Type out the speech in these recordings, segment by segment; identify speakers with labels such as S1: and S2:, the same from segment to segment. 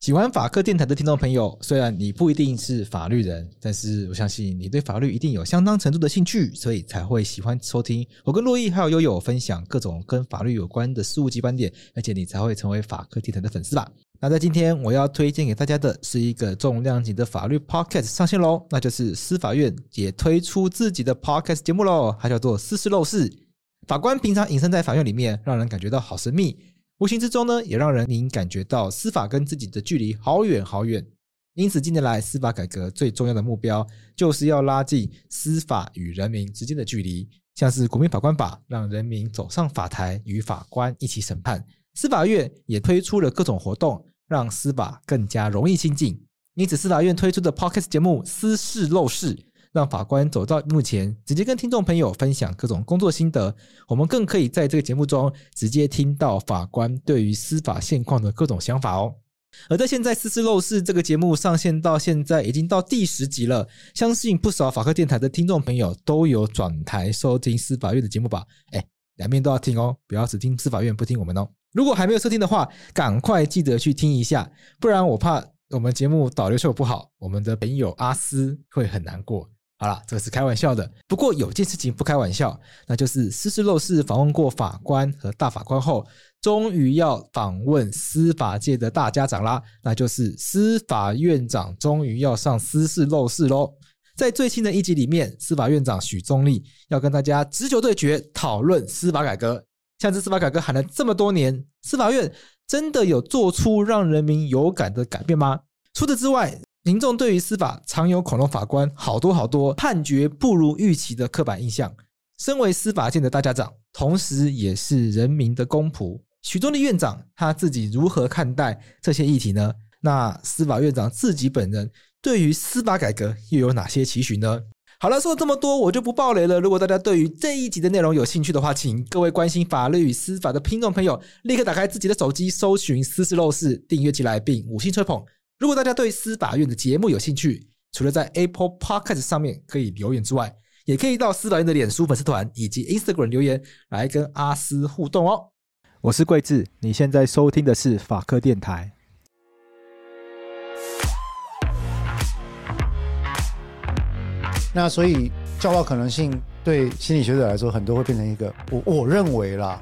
S1: 喜欢法科电台的听众朋友，虽然你不一定是法律人，但是我相信你对法律一定有相当程度的兴趣，所以才会喜欢收听我跟洛毅还有悠悠分享各种跟法律有关的事物及观点，而且你才会成为法科电台的粉丝吧。那在今天我要推荐给大家的是一个重量级的法律 podcast 上线喽，那就是司法院也推出自己的 podcast 节目喽，它叫做《私事漏事》。法官平常隐身在法院里面，让人感觉到好神秘，无形之中呢，也让人您感觉到司法跟自己的距离好远好远。因此，近年来司法改革最重要的目标，就是要拉近司法与人民之间的距离。像是国民法官法，让人民走上法台，与法官一起审判；司法院也推出了各种活动，让司法更加容易亲近。因此，司法院推出的 Podcast 节目《私事陋事》，让法官走到幕前，直接跟听众朋友分享各种工作心得，我们更可以在这个节目中直接听到法官对于司法现况的各种想法哦。而在现在《私事陋事》这个节目上线到现在已经到第十集了，相信不少法科电台的听众朋友都有转台收听司法院的节目吧？哎，两面都要听哦，不要只听司法院不听我们哦。如果还没有收听的话，赶快记得去听一下，不然我怕我们节目导流秀不好，我们的朋友阿斯会很难过。好啦，这个是开玩笑的。不过有件事情不开玩笑，那就是施事陋事访问过法官和大法官后，终于要访问司法界的大家长啦，那就是司法院长终于要上私事陋事喽。在最新的一集里面，司法院长许宗力要跟大家直球对决，讨论司法改革。像这司法改革喊了这么多年，司法院真的有做出让人民有感的改变吗？除此之外，民众对于司法常有恐龙法官好多好多判决不如预期的刻板印象。身为司法界的大家长，同时也是人民的公仆，许宗力院长他自己如何看待这些议题呢？那司法院长自己本人对于司法改革又有哪些期许呢？好了，说了这么多，我就不爆雷了。如果大家对于这一集的内容有兴趣的话，请各位关心法律与司法的听众朋友，立刻打开自己的手机，搜寻“私事陋事”，订阅起来，并五星吹捧。如果大家对司法院的节目有兴趣，除了在 Apple Podcast 上面可以留言之外，也可以到司法院的脸书粉丝团以及 Instagram 留言来跟阿斯互动哦。我是桂智，你现在收听的是法科电台。
S2: 那所以教化可能性对心理学者来说，很多会变成一个我我认为啦，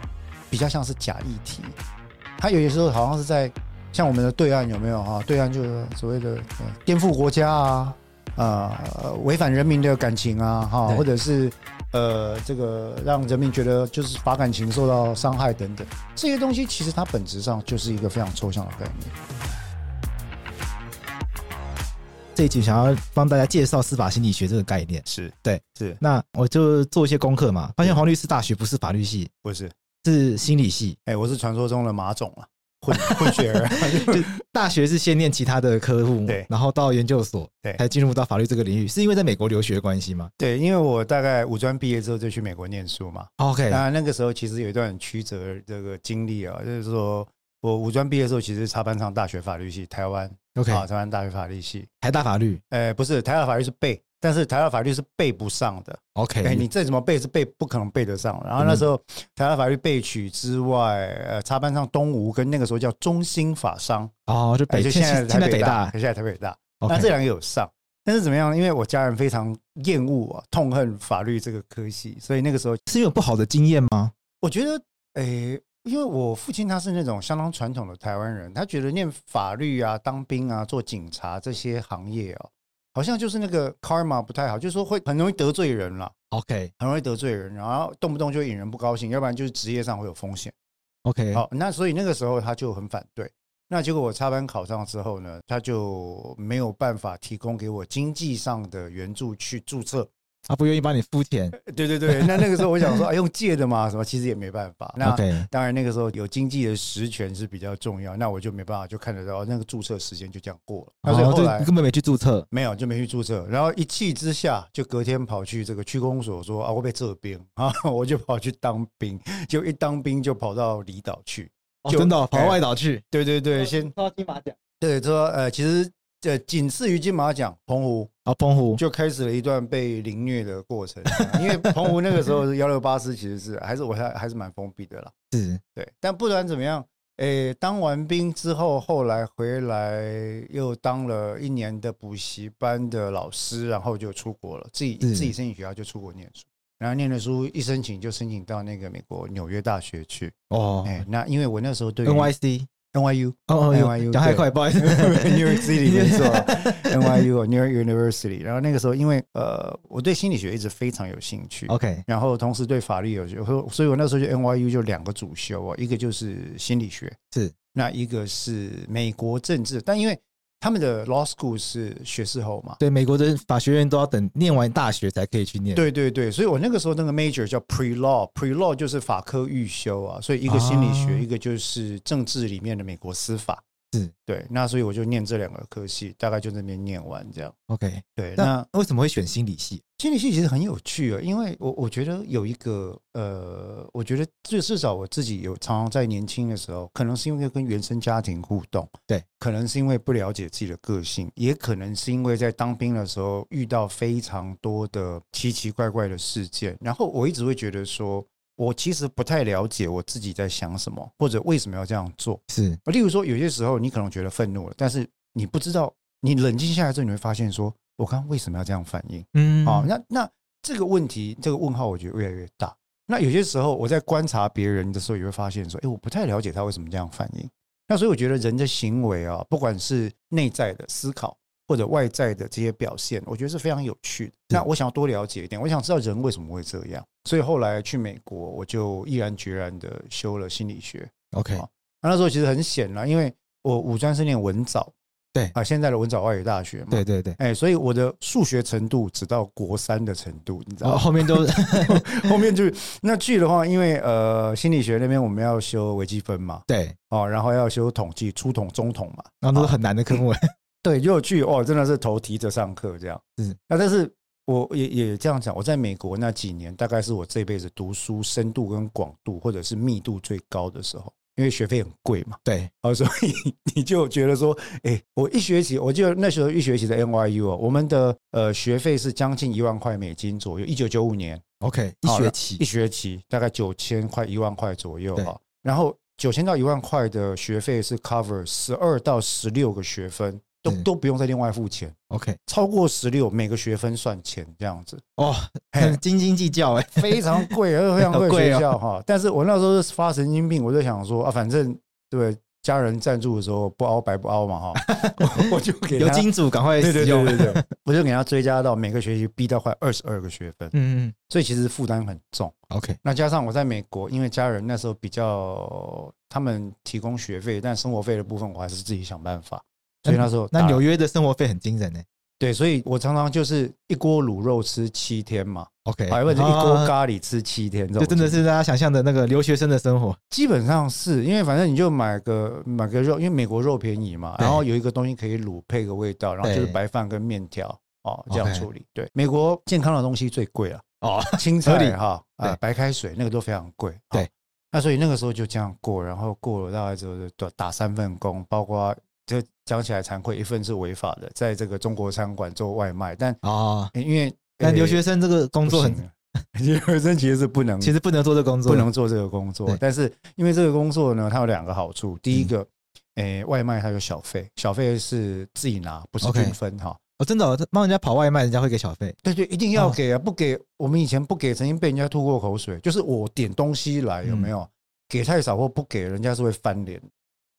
S2: 比较像是假议题。它有些时候好像是在像我们的对岸有没有哈、对岸就是所谓的、呃颠覆国家啊，呃，违反人民的感情啊，哈、
S1: 对
S2: 或者是呃，这个让人民觉得就是把感情受到伤害等等，这些东西其实它本质上就是一个非常抽象的概念。
S1: 这一集想要帮大家介绍司法心理学这个概念。
S2: 是
S1: 对，
S2: 是
S1: 那我就做一些功课嘛，发现黄律师大学不是法律系，
S2: 不是？
S1: 是心理系。
S2: 哎、我是传说中的马总啊，混混血 儿。啊
S1: 就大学是先念其他的科目，
S2: 对
S1: 然后到研究所，
S2: 对
S1: 才进入到法律这个领域，是因为在美国留学的关系吗
S2: 对，因为我大概五专毕业之后就去美国念书嘛。
S1: ？OK，
S2: 当然那个时候其实有一段很曲折的这个经历啊，就是说我五专毕业的时候其实插班上大学法律系，台湾
S1: OK，
S2: 啊，台湾大学法律系。
S1: 台大法律
S2: 呃，不是台大法律是背，但是台大法律是背不上的。
S1: ，OK，、
S2: 哎、你再怎么背是背不可能背得上。然后那时候台大法律备取之外，呃，插班上东吴跟那个时候叫中兴法商，
S1: 哦，就
S2: 哎、
S1: 北
S2: 就
S1: 现
S2: 现
S1: 在
S2: 在
S1: 现在
S2: 台
S1: 北
S2: 北大，
S1: 大
S2: 现在台北大。
S1: ，OK，
S2: 那这两个有上，但是怎么样呢？因为我家人非常厌恶啊，痛恨法律这个科系，所以那个时候
S1: 是因为有不好的经验吗？
S2: 我觉得，诶、因为我父亲他是那种相当传统的台湾人，他觉得念法律啊、当兵啊、做警察这些行业哦，好像就是那个 karma 不太好，就是说会很容易得罪人啦，
S1: OK
S2: 很容易得罪人，然后动不动就会引人不高兴，要不然就是职业上会有风险。
S1: OK，
S2: 好，那所以那个时候他就很反对。那结果我插班考上之后呢，他就没有办法提供给我经济上的援助去注册
S1: 他不愿意帮你付钱。
S2: 呃对对对， 啊那那个时候我想说，哎，用借的嘛，什么其实也没办法。那
S1: OK，
S2: 当然那个时候有经济的实权是比较重要，那我就没办法，就看得到那个注册时间就这样过了。那所以
S1: 哦
S2: 后
S1: 就
S2: 来
S1: 你根本没去注册。
S2: 没有，就没去注册。然后一气之下，就隔天跑去这个区公所说啊，我被撤兵 啊，我就跑去当兵。就一当兵就跑到离岛去。
S1: 哦
S2: 就
S1: 真的哦
S2: 哎
S1: 跑外岛去，
S2: 对对对，先
S1: 呃到金马奖
S2: 对说呃，其实呃，仅次于金马奖，澎湖
S1: 啊，澎湖
S2: 就开始了一段被凌虐的过程。啊因为澎湖那个时候幺六八师其实是还是我还还是蛮封闭的啦。
S1: 是
S2: 对，但不管怎么样，诶，当完兵之后，后来回来又当了一年的补习班的老师，然后就出国了，自己
S1: 是
S2: 自己申请学校就出国念书，然后念了书一申请就申请到那个美国纽约大学去。
S1: 哦
S2: 哎，那因为我那时候对于
S1: ，NYC
S2: NYU
S1: 哦哦
S2: NYU
S1: 有，讲太
S2: 对
S1: 快，不好意思
S2: New York City 没错 NYU 哦 New York University，然后那个时候因为呃我对心理学一直非常有兴趣。
S1: ，OK，
S2: 然后同时对法律有学，所以我那时候就 NYU 就两个主修啊，一个就是心理学，
S1: 是
S2: 那一个是美国政治，但因为他们的 law school 是学士后嘛，
S1: 对，美国的法学院都要等念完大学才可以去念，，
S2: 对对对，所以我那个时候那个 major 叫 pre law，pre law 就是法科预修啊，所以一个心理学，
S1: 啊
S2: 一个就是政治里面的美国司法，
S1: 是
S2: 对，那所以我就念这两个科系，大概就那边念完这样，
S1: OK，
S2: 对，那
S1: 那为什么会选心理系？
S2: 心理系其实很有趣啊，因为我我觉得有一个呃，我觉得最至少我自己有常常在年轻的时候，可能是因为跟原生家庭互动，
S1: 对，
S2: 可能是因为不了解自己的个性，也可能是因为在当兵的时候遇到非常多的奇奇怪怪的事件，然后我一直会觉得说，我其实不太了解我自己在想什么，或者为什么要这样做。
S1: 是
S2: 例如说，有些时候你可能觉得愤怒了，但是你不知道，你冷静下来之后，你会发现说，我刚刚为什么要这样反应？
S1: 嗯
S2: 啊、那那这个问题，这个问号，我觉得越来越大。那有些时候我在观察别人的时候，也会发现说，哎，我不太了解他为什么这样反应。那所以我觉得人的行为啊，不管是内在的思考或者外在的这些表现，我觉得是非常有趣的。那我想要多了解一点，我想知道人为什么会这样。所以后来去美国，我就毅然决然的修了心理学。
S1: OK，
S2: 啊那那时候其实很险啦，因为我五专是念文藻，
S1: 对
S2: 啊，现在的文藻外语大学嘛，
S1: 对对对，
S2: 哎、所以我的数学程度只到国三的程度，你知
S1: 然后
S2: 道吗？
S1: 哦后面都
S2: 后面就那去的话，因为呃心理学那边我们要修微积分嘛，
S1: 对，
S2: 哦，然后要修统计、初统、中统嘛，
S1: 然后都是很难的科
S2: 哦
S1: 目，
S2: 对，就有去哦，真的是头提着上课这样。
S1: 是，
S2: 那但是我也也这样讲，我在美国那几年，大概是我这辈子读书深度跟广度或者是密度最高的时候，因为学费很贵嘛。
S1: 对，
S2: 哦，所以 你就觉得说，哎、我一学期，我记得那时候一学期的 NYU 哦，我们的呃学费是将近一万块美金左右，一九九五年
S1: OK，一
S2: 好
S1: 学
S2: 了一
S1: 期
S2: 学期大概九千块一万块左右
S1: 对
S2: 啊、然后九千到一万块的学费是 cover 十二到十六个学分，都
S1: 嗯
S2: 都不用再另外付钱，
S1: OK，
S2: 超过十六每个学分算钱这样子，
S1: 哦，
S2: 嘿
S1: 很斤斤计较哎，
S2: 非常贵，而且非常
S1: 好
S2: 贵 的
S1: 贵
S2: 学
S1: 哦
S2: 校哈、但是我那时候是发神经病，我就想说啊，反正对不对家人赞助的时候不凹白不凹 嘛哈、我我就给
S1: 有
S2: 他，
S1: 金主赶快
S2: 对
S1: 使
S2: 对
S1: 用
S2: 对，对对，我就给他追加到每个学期逼到快二十二个学分，
S1: 嗯嗯
S2: 所以其实负担很重。
S1: ，OK，
S2: 那加上我在美国，因为家人那时候比较呃他们提供学费，但生活费的部分我还是自己想办法。所以那时候
S1: 那
S2: 打
S1: 纽约的生活费很惊人呢
S2: 对，所以我常常就是一锅卤肉吃七天嘛，
S1: ，OK，
S2: 还或者一锅
S1: 啊
S2: 咖喱吃七天，
S1: 这
S2: 这种
S1: 真的
S2: 情
S1: 是大家想象的那个留学生的生活，
S2: 基本上是因为反正你就买个买个肉，因为美国肉便宜嘛，
S1: 对
S2: 然后有一个东西可以卤配个味道，然后就是
S1: 对
S2: 白饭跟面条哦这样
S1: OK
S2: 处理。对，美国健康的东西最贵了，啊
S1: 哦，
S2: 青
S1: 合理
S2: 菜哈啊
S1: 对
S2: 白开水那个都非常贵。哦
S1: 对，
S2: 那所以那个时候就这样过，然后过了大概就是打打三份工，包括就讲起来惭愧，一份是违法的，在这个中国餐馆做外卖，但
S1: 哦，
S2: 因为
S1: 但
S2: 呃
S1: 留学生这个工
S2: 不
S1: 作
S2: 行
S1: 很，
S2: 啊，留学生其实是不 能
S1: 其实不能做这工作，
S2: 不能做这个工作
S1: 对。嗯
S2: 但是因为这个工作呢，它有两个好处。第一个，诶、外卖它有小费，小费是自己拿，不是
S1: OK
S2: 均分哈。
S1: 哦，真的哦，帮人家跑外卖，人家会给小费，
S2: 对对，一定要
S1: 哦
S2: 给啊！不给，我们以前不给，曾经被人家吐过口水。就是我点东西来，有没
S1: 嗯
S2: 有、给太少或不给，人家是会翻脸。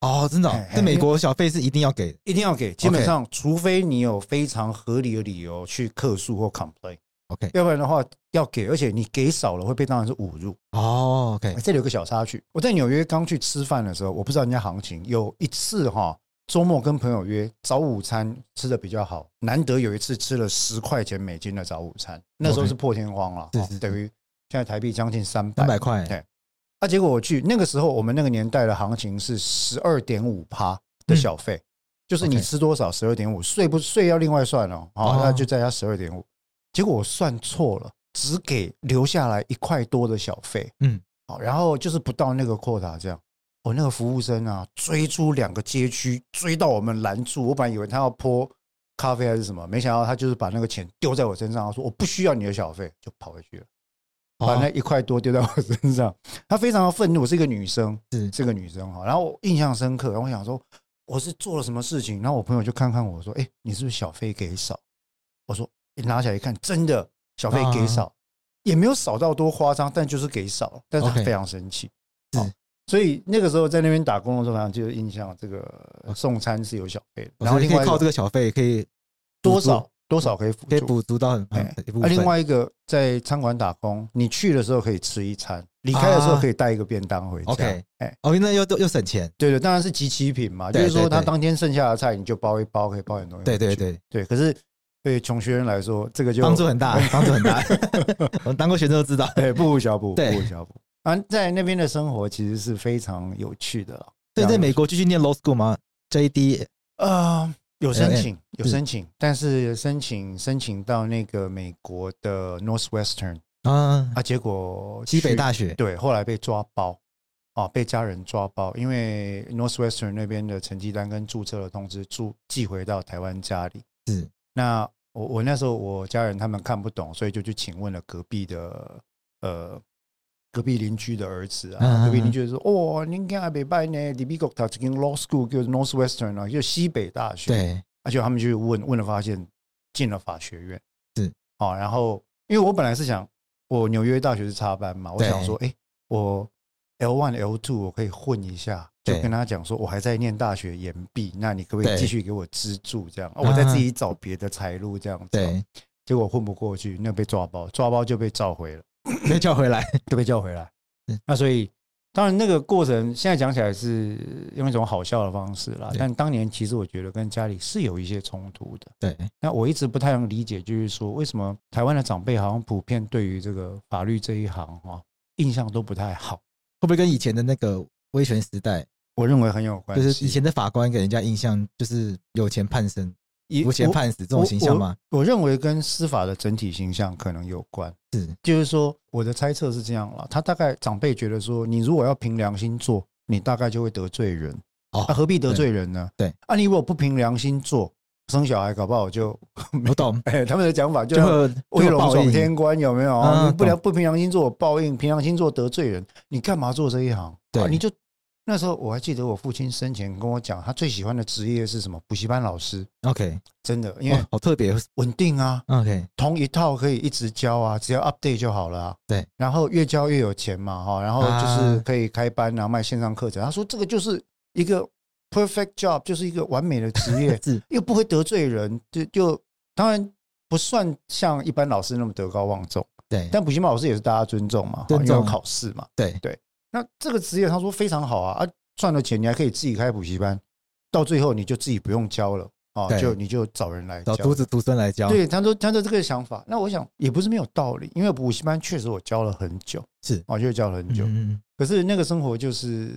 S1: 哦，真的哦
S2: 嘿，嘿
S1: 在美国小费是一定要给的
S2: 一定要给，基本上除非你有非常合理的理由去客诉或 complain，
S1: ，OK，
S2: 要不然的话要给，而且你给少了会被当然是侮辱。
S1: 哦，OK，
S2: 哎这里有个小插曲，我在纽约刚去吃饭的时候，我不知道人家行情，有一次哈，周末跟朋友约早午餐吃的比较好，难得有一次吃了十块钱美金的早午餐，那时候是破天荒了，
S1: 是
S2: 哦
S1: 是是
S2: 等于现在台币将近三百
S1: 三百块，
S2: 对啊，结果我去那个时候，我们那个年代的行情是十二点五趴的小费，就是
S1: 嗯
S2: 你
S1: OK
S2: 吃多少十二点五，税不税要另外算哦，好
S1: 哦，
S2: 那就再加十二点五。结果我算错了，只给留下来一块多的小费，
S1: 嗯，
S2: 好，然后就是不到那个 quota 这样。我那个服务生啊，追出两个街区，追到我们拦住。我本来以为他要泼咖啡还是什么，没想到他就是把那个钱丢在我身上，他说我不需要你的小费，就跑回去了。把那
S1: 哦
S2: 一块多丢在我身上，她非常的愤怒，是一个女生，
S1: 是
S2: 这个女生哈。然后我印象深刻，然后我想说我是做了什么事情，然后我朋友就看看我说，哎，你是不是小费给少？我说你拿起来一看，真的小费
S1: 啊
S2: 给少，也没有少到多夸张，但就是给少，但是她
S1: OK
S2: 非常生气。
S1: 是
S2: 好所以那个时候在那边打工的时候，好像就有印象这个
S1: OK
S2: 送餐是有小费的，
S1: 我
S2: 然后
S1: 觉得
S2: 另
S1: 可以
S2: 外一个
S1: 靠这个小费可以
S2: 多
S1: 补助
S2: 少多少可以辅
S1: 可以
S2: 助
S1: 补足到很很
S2: 哎
S1: 一部
S2: 啊，
S1: 分。
S2: 另外一个在餐馆打工，你去的时候可以吃一餐，离开的时候
S1: 啊
S2: 可以带一个便当回家。
S1: OK
S2: 哎，
S1: 哦，那又又省钱，
S2: 对的，当然是集齐品嘛，就
S1: 对
S2: 是说
S1: 对
S2: 他
S1: 对
S2: 当天剩下的菜你就包一包，可以包很多东西
S1: 对
S2: 回去。
S1: 对对，
S2: 对，可是对穷学生来说，这个就
S1: 帮助很大，帮助很 大。我们当过学生都知道。
S2: 对，不如小补，不
S1: 对
S2: 如小补。啊，在那边的生活其实是非常有趣的了。
S1: 所以在
S2: 非常有趣
S1: 美国继续念 law school 吗？JD
S2: 呃，有申
S1: LM
S2: 请，有
S1: 是
S2: 申请，但是申请申请到那个美国的 Northwestern
S1: 啊，
S2: 啊，结果
S1: 西北
S2: 去
S1: 大学
S2: 对，后来被抓包，啊，被家人抓包，因为 Northwestern 那边的成绩单跟注册的通知注寄回到台湾家里。
S1: 是
S2: 那我我那时候我家人他们看不懂，所以就去请问了隔壁的呃隔壁邻居的儿子
S1: 嗯嗯
S2: 啊，
S1: 嗯
S2: 隔壁邻居就说：“哦，您看还北拜呢，你美国读一间 law school 叫 Northwestern 啊，就西北大学。”
S1: 对
S2: 而啊且他们去问问了，发现进了法学院
S1: 是
S2: 好、然后因为我本来是想，我纽约大学是插班嘛，我
S1: 对
S2: 想说，哎、我 L one L two 我可以混一下，就
S1: 对
S2: 跟他讲说，我还在念大学研毕，那你可不可以
S1: 对
S2: 继续给我资助这样？啊
S1: 啊
S2: 我再自己找别的财路这样子。
S1: 对，
S2: 结果混不过去，那被抓包，抓包就被召回了，
S1: 被叫回来。
S2: 就被叫回来
S1: 嗯。
S2: 那所以。当然，那个过程现在讲起来是用一种好笑的方式啦，
S1: 对
S2: 但当年其实我觉得跟家里是有一些冲突的。
S1: 对，
S2: 那我一直不太能理解，就是说为什么台湾的长辈好像普遍对于这个法律这一行哈、哦、印象都不太好。
S1: 会不会跟以前的那个威权时代，
S2: 我认为很有关
S1: 就
S2: 系，
S1: 是以前的法官给人家印象就是有钱判生、
S2: 以
S1: 无钱判死这种形象吗？
S2: 我？我认为跟司法的整体形象可能有关。
S1: 是，
S2: 就是说我的猜测是这样了，他大概长辈觉得说，你如果要凭良心做，你大概就会得罪人，
S1: 哦
S2: 那、何必得罪人呢？
S1: 对，
S2: 啊，你如果不凭良心做，生小孩搞不好就，，
S1: 我懂
S2: 哎，他们的讲 法就
S1: 就
S2: 像
S1: 会有
S2: 威
S1: 就
S2: 龙
S1: 会有
S2: 闯
S1: 报应。
S2: 天关有没有？
S1: 啊
S2: 你不良不凭良心做有报应，凭良心做得罪人，你干嘛做这一行？
S1: 对
S2: 啊你就那时候我还记得我父亲生前跟我讲，他最喜欢的职业是什么？补习班老师，
S1: OK，
S2: 真的，因为
S1: 哇，好特别。
S2: 稳定啊，
S1: OK，
S2: 同一套可以一直教啊，只要 update 就好了、啊。
S1: 对，
S2: 然后越教越有钱嘛，哈，然后就是
S1: 啊，
S2: 可以开班啊，卖线上课程。他说这个就是一个 perfect job，就是一个完美的职业
S1: 是
S2: 又不会得罪人，就就当然不算像一般老师那么德高望重。
S1: 对
S2: 但补习班老师也是大家尊重嘛，
S1: 尊重
S2: 因为要考试嘛。
S1: 对
S2: 那这个职业他说非常好啊，啊，赚了钱你还可以自己开补习班，到最后你就自己不用教了啊，
S1: 对
S2: 就你就找人来教
S1: 找。徒子啊徒孙来教，
S2: 对，他说他的这个想法，那我想也不是没有道理，因为补习班确实我教了很久，
S1: 是
S2: 啊，就教了很久。
S1: 嗯，
S2: 可是那个生活就是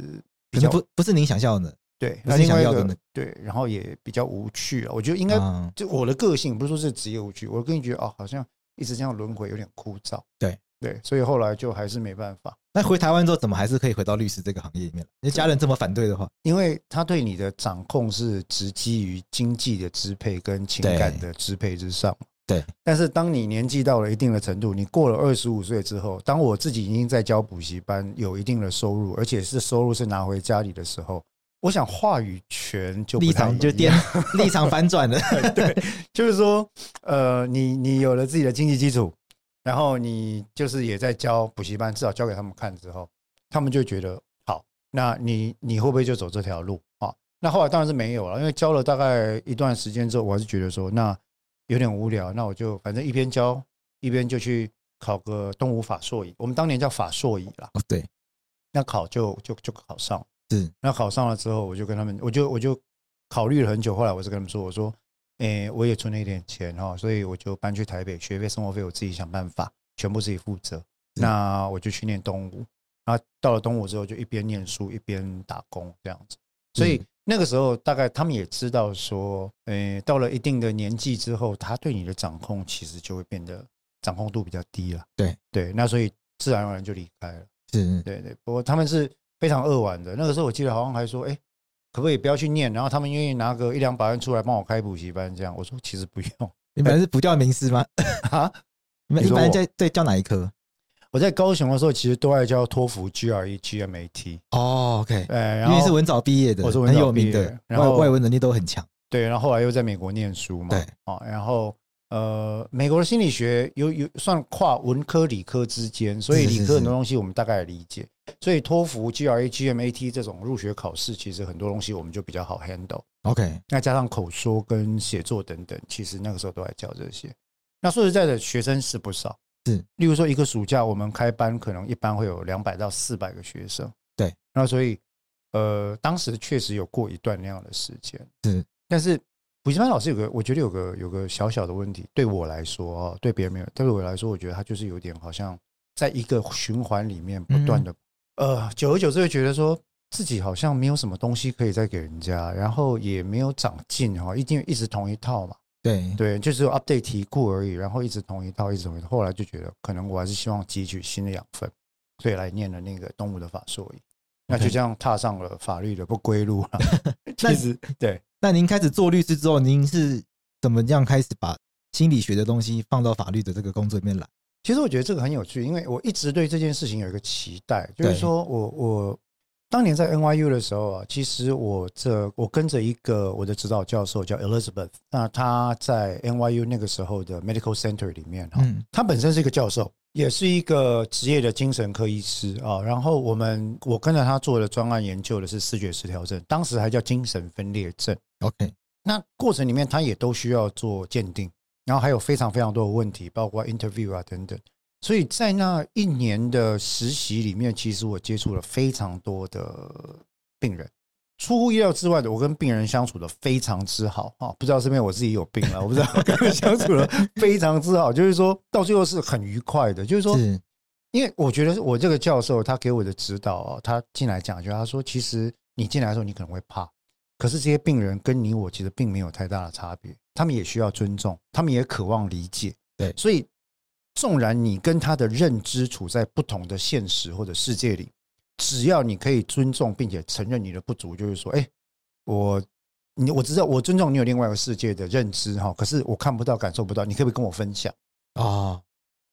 S2: 比
S1: 可能
S2: 较
S1: 不不是您想象的，
S2: 对，
S1: 不
S2: 那
S1: 是你
S2: 另
S1: 想
S2: 外一
S1: 要的
S2: 个
S1: 呢
S2: 对，然后也比较无趣啊。我觉得应该
S1: 嗯，
S2: 就我的个性，不是说是职业无趣，我个人觉得哦，好像一直这样轮回有点枯燥。
S1: 对
S2: 对，所以后来就还是没办法，
S1: 那回台湾之后，怎么还是可以回到律师这个行业里面了？因为家人这么反对的话，
S2: 因为他对你的掌控是直基于经济的支配跟情感的支配之上。
S1: 对，
S2: 但是当你年纪到了一定的程度，你过了二十五岁之后，当我自己已经在教补习班，有一定的收入，而且是收入是拿回家里的时候，我想话语权就不
S1: 立
S2: 太
S1: 场 就
S2: 一样
S1: 颠， 立场反转 了。
S2: 就是说，呃，你你有了自己的经济基础，然后你就是也在教补习班，至少教给他们看之后，他们就觉得好，那你你会不会就走这条路啊？那后来当然是没有了，因为教了大概一段时间之后，我还是觉得说那有点无聊，那我就反正一边教一边就去考个东吴法硕乙，我们当年叫法硕乙啦，
S1: 哦，对，
S2: 那考就就就考上了
S1: 是
S2: 那考上了之后，我就跟他们，我就我就考虑了很久，后来我是跟他们说，我说，诶、我也存了一点钱哈、所以我就搬去台北，学费、生活费我自己想办法，全部自己负责。那我就去念东吴，然后到了东吴之后，就一边念书一边打工这样子。所
S1: 嗯
S2: 以那个时候，大概他们也知道说，诶、到了一定的年纪之后，他对你的掌控其实就会变得掌控度比较低了。
S1: 对
S2: 对，那所以自然而然就离开了。
S1: 是
S2: 对对，不过他们是非常扼腕的。那个时候我记得好像还说，哎、可不可以不要去念？然后他们愿意拿个一两百万出来帮我开补习班，这样。我说其实不用
S1: 你们是不教名师吗？
S2: 啊。
S1: 你们一
S2: 你说
S1: 般
S2: 我
S1: 在在教哪一科？
S2: 我在高雄的时候，其实都爱教托福、GRE、GMAT，E
S1: 哦，OK，
S2: 呃，然
S1: 因为是
S2: 后
S1: 文藻毕业的，
S2: 我是文
S1: 很
S2: 藻
S1: 有名
S2: 毕业
S1: 的，
S2: 然
S1: 外
S2: 后
S1: 外文能力都很强。
S2: 对，然后后来又在美国念书嘛，
S1: 对，
S2: 啊，然后呃，美国的心理学有有算跨文科理科之间，所以
S1: 是是
S2: 理科很
S1: 是
S2: 多东西我们大概理解，所以托福、GRE、GMAT E 这种入学考试，其实很多东西我们就比较好 handle。
S1: OK，
S2: 那加上口说跟写作等等，其实那个时候都在教这些。那说实在的，学生是不少，
S1: 是。
S2: 例如说，一个暑假我们开班，可能一般会有两百到四百个学生。
S1: 对。
S2: 那所以，呃，当时确实有过一段那样的时间。
S1: 是。
S2: 但是补习班老师有个，我觉得有个有个小小的问题，对我来说哦，对别人没有，对我来说，我觉得他就是有点好像在一个循环里面不
S1: 嗯
S2: 断的，呃，久而久之会觉得说自己好像没有什么东西可以再给人家，然后也没有长进哈，一定一直同一套嘛，
S1: 对
S2: 对，就只有 update 题库而已，然后一直同一套，一直同一套，后来就觉得可能我还是希望汲取新的养分，所以来念了那个东吴的法硕而已那就这样踏上了法律的不归路了。
S1: 那
S2: 其实对，
S1: 那您开始做律师之后，您是怎么样开始把心理学的东西放到法律的这个工作里面来？
S2: 其实我觉得这个很有趣，因为我一直对这件事情有一个期待，就是
S1: 对
S2: 说我我当年在 NYU 的时候啊，其实我这我跟着一个我的指导教授叫 Elizabeth，那他在 NYU 那个时候的 Medical Center 里面哈、
S1: 嗯
S2: 他本身是一个教授，也是一个职业的精神科医师啊。然后我们我跟着他做的专案研究的是视觉失调症，当时还叫精神分裂症。
S1: ，OK，
S2: 那过程里面，他也都需要做鉴定，然后还有非常非常多的问题，包括 interview 啊等等。所以在那一年的实习里面，其实我接触了非常多的病人，出乎意料之外的，我跟病人相处的非常之好啊！不知道是不是我自己有病了，我不知道 跟他们相处的非常之好，就是说到最后是很愉快的，就是说
S1: 是
S2: 因为我觉得我这个教授他给我的指导啊，他进来讲就他说，其实你进来的时候你可能会怕，可是这些病人跟你我其实并没有太大的差别，他们也需要尊重，他们也渴望理解。
S1: 对
S2: 所以纵然你跟他的认知处在不同的现实或者世界里，只要你可以尊重并且承认你的不足，就是说，哎，我。你我知道，我尊重你有另外一个世界的认知哈，可是我看不到、感受不到，你可不可以跟我分享？
S1: 哦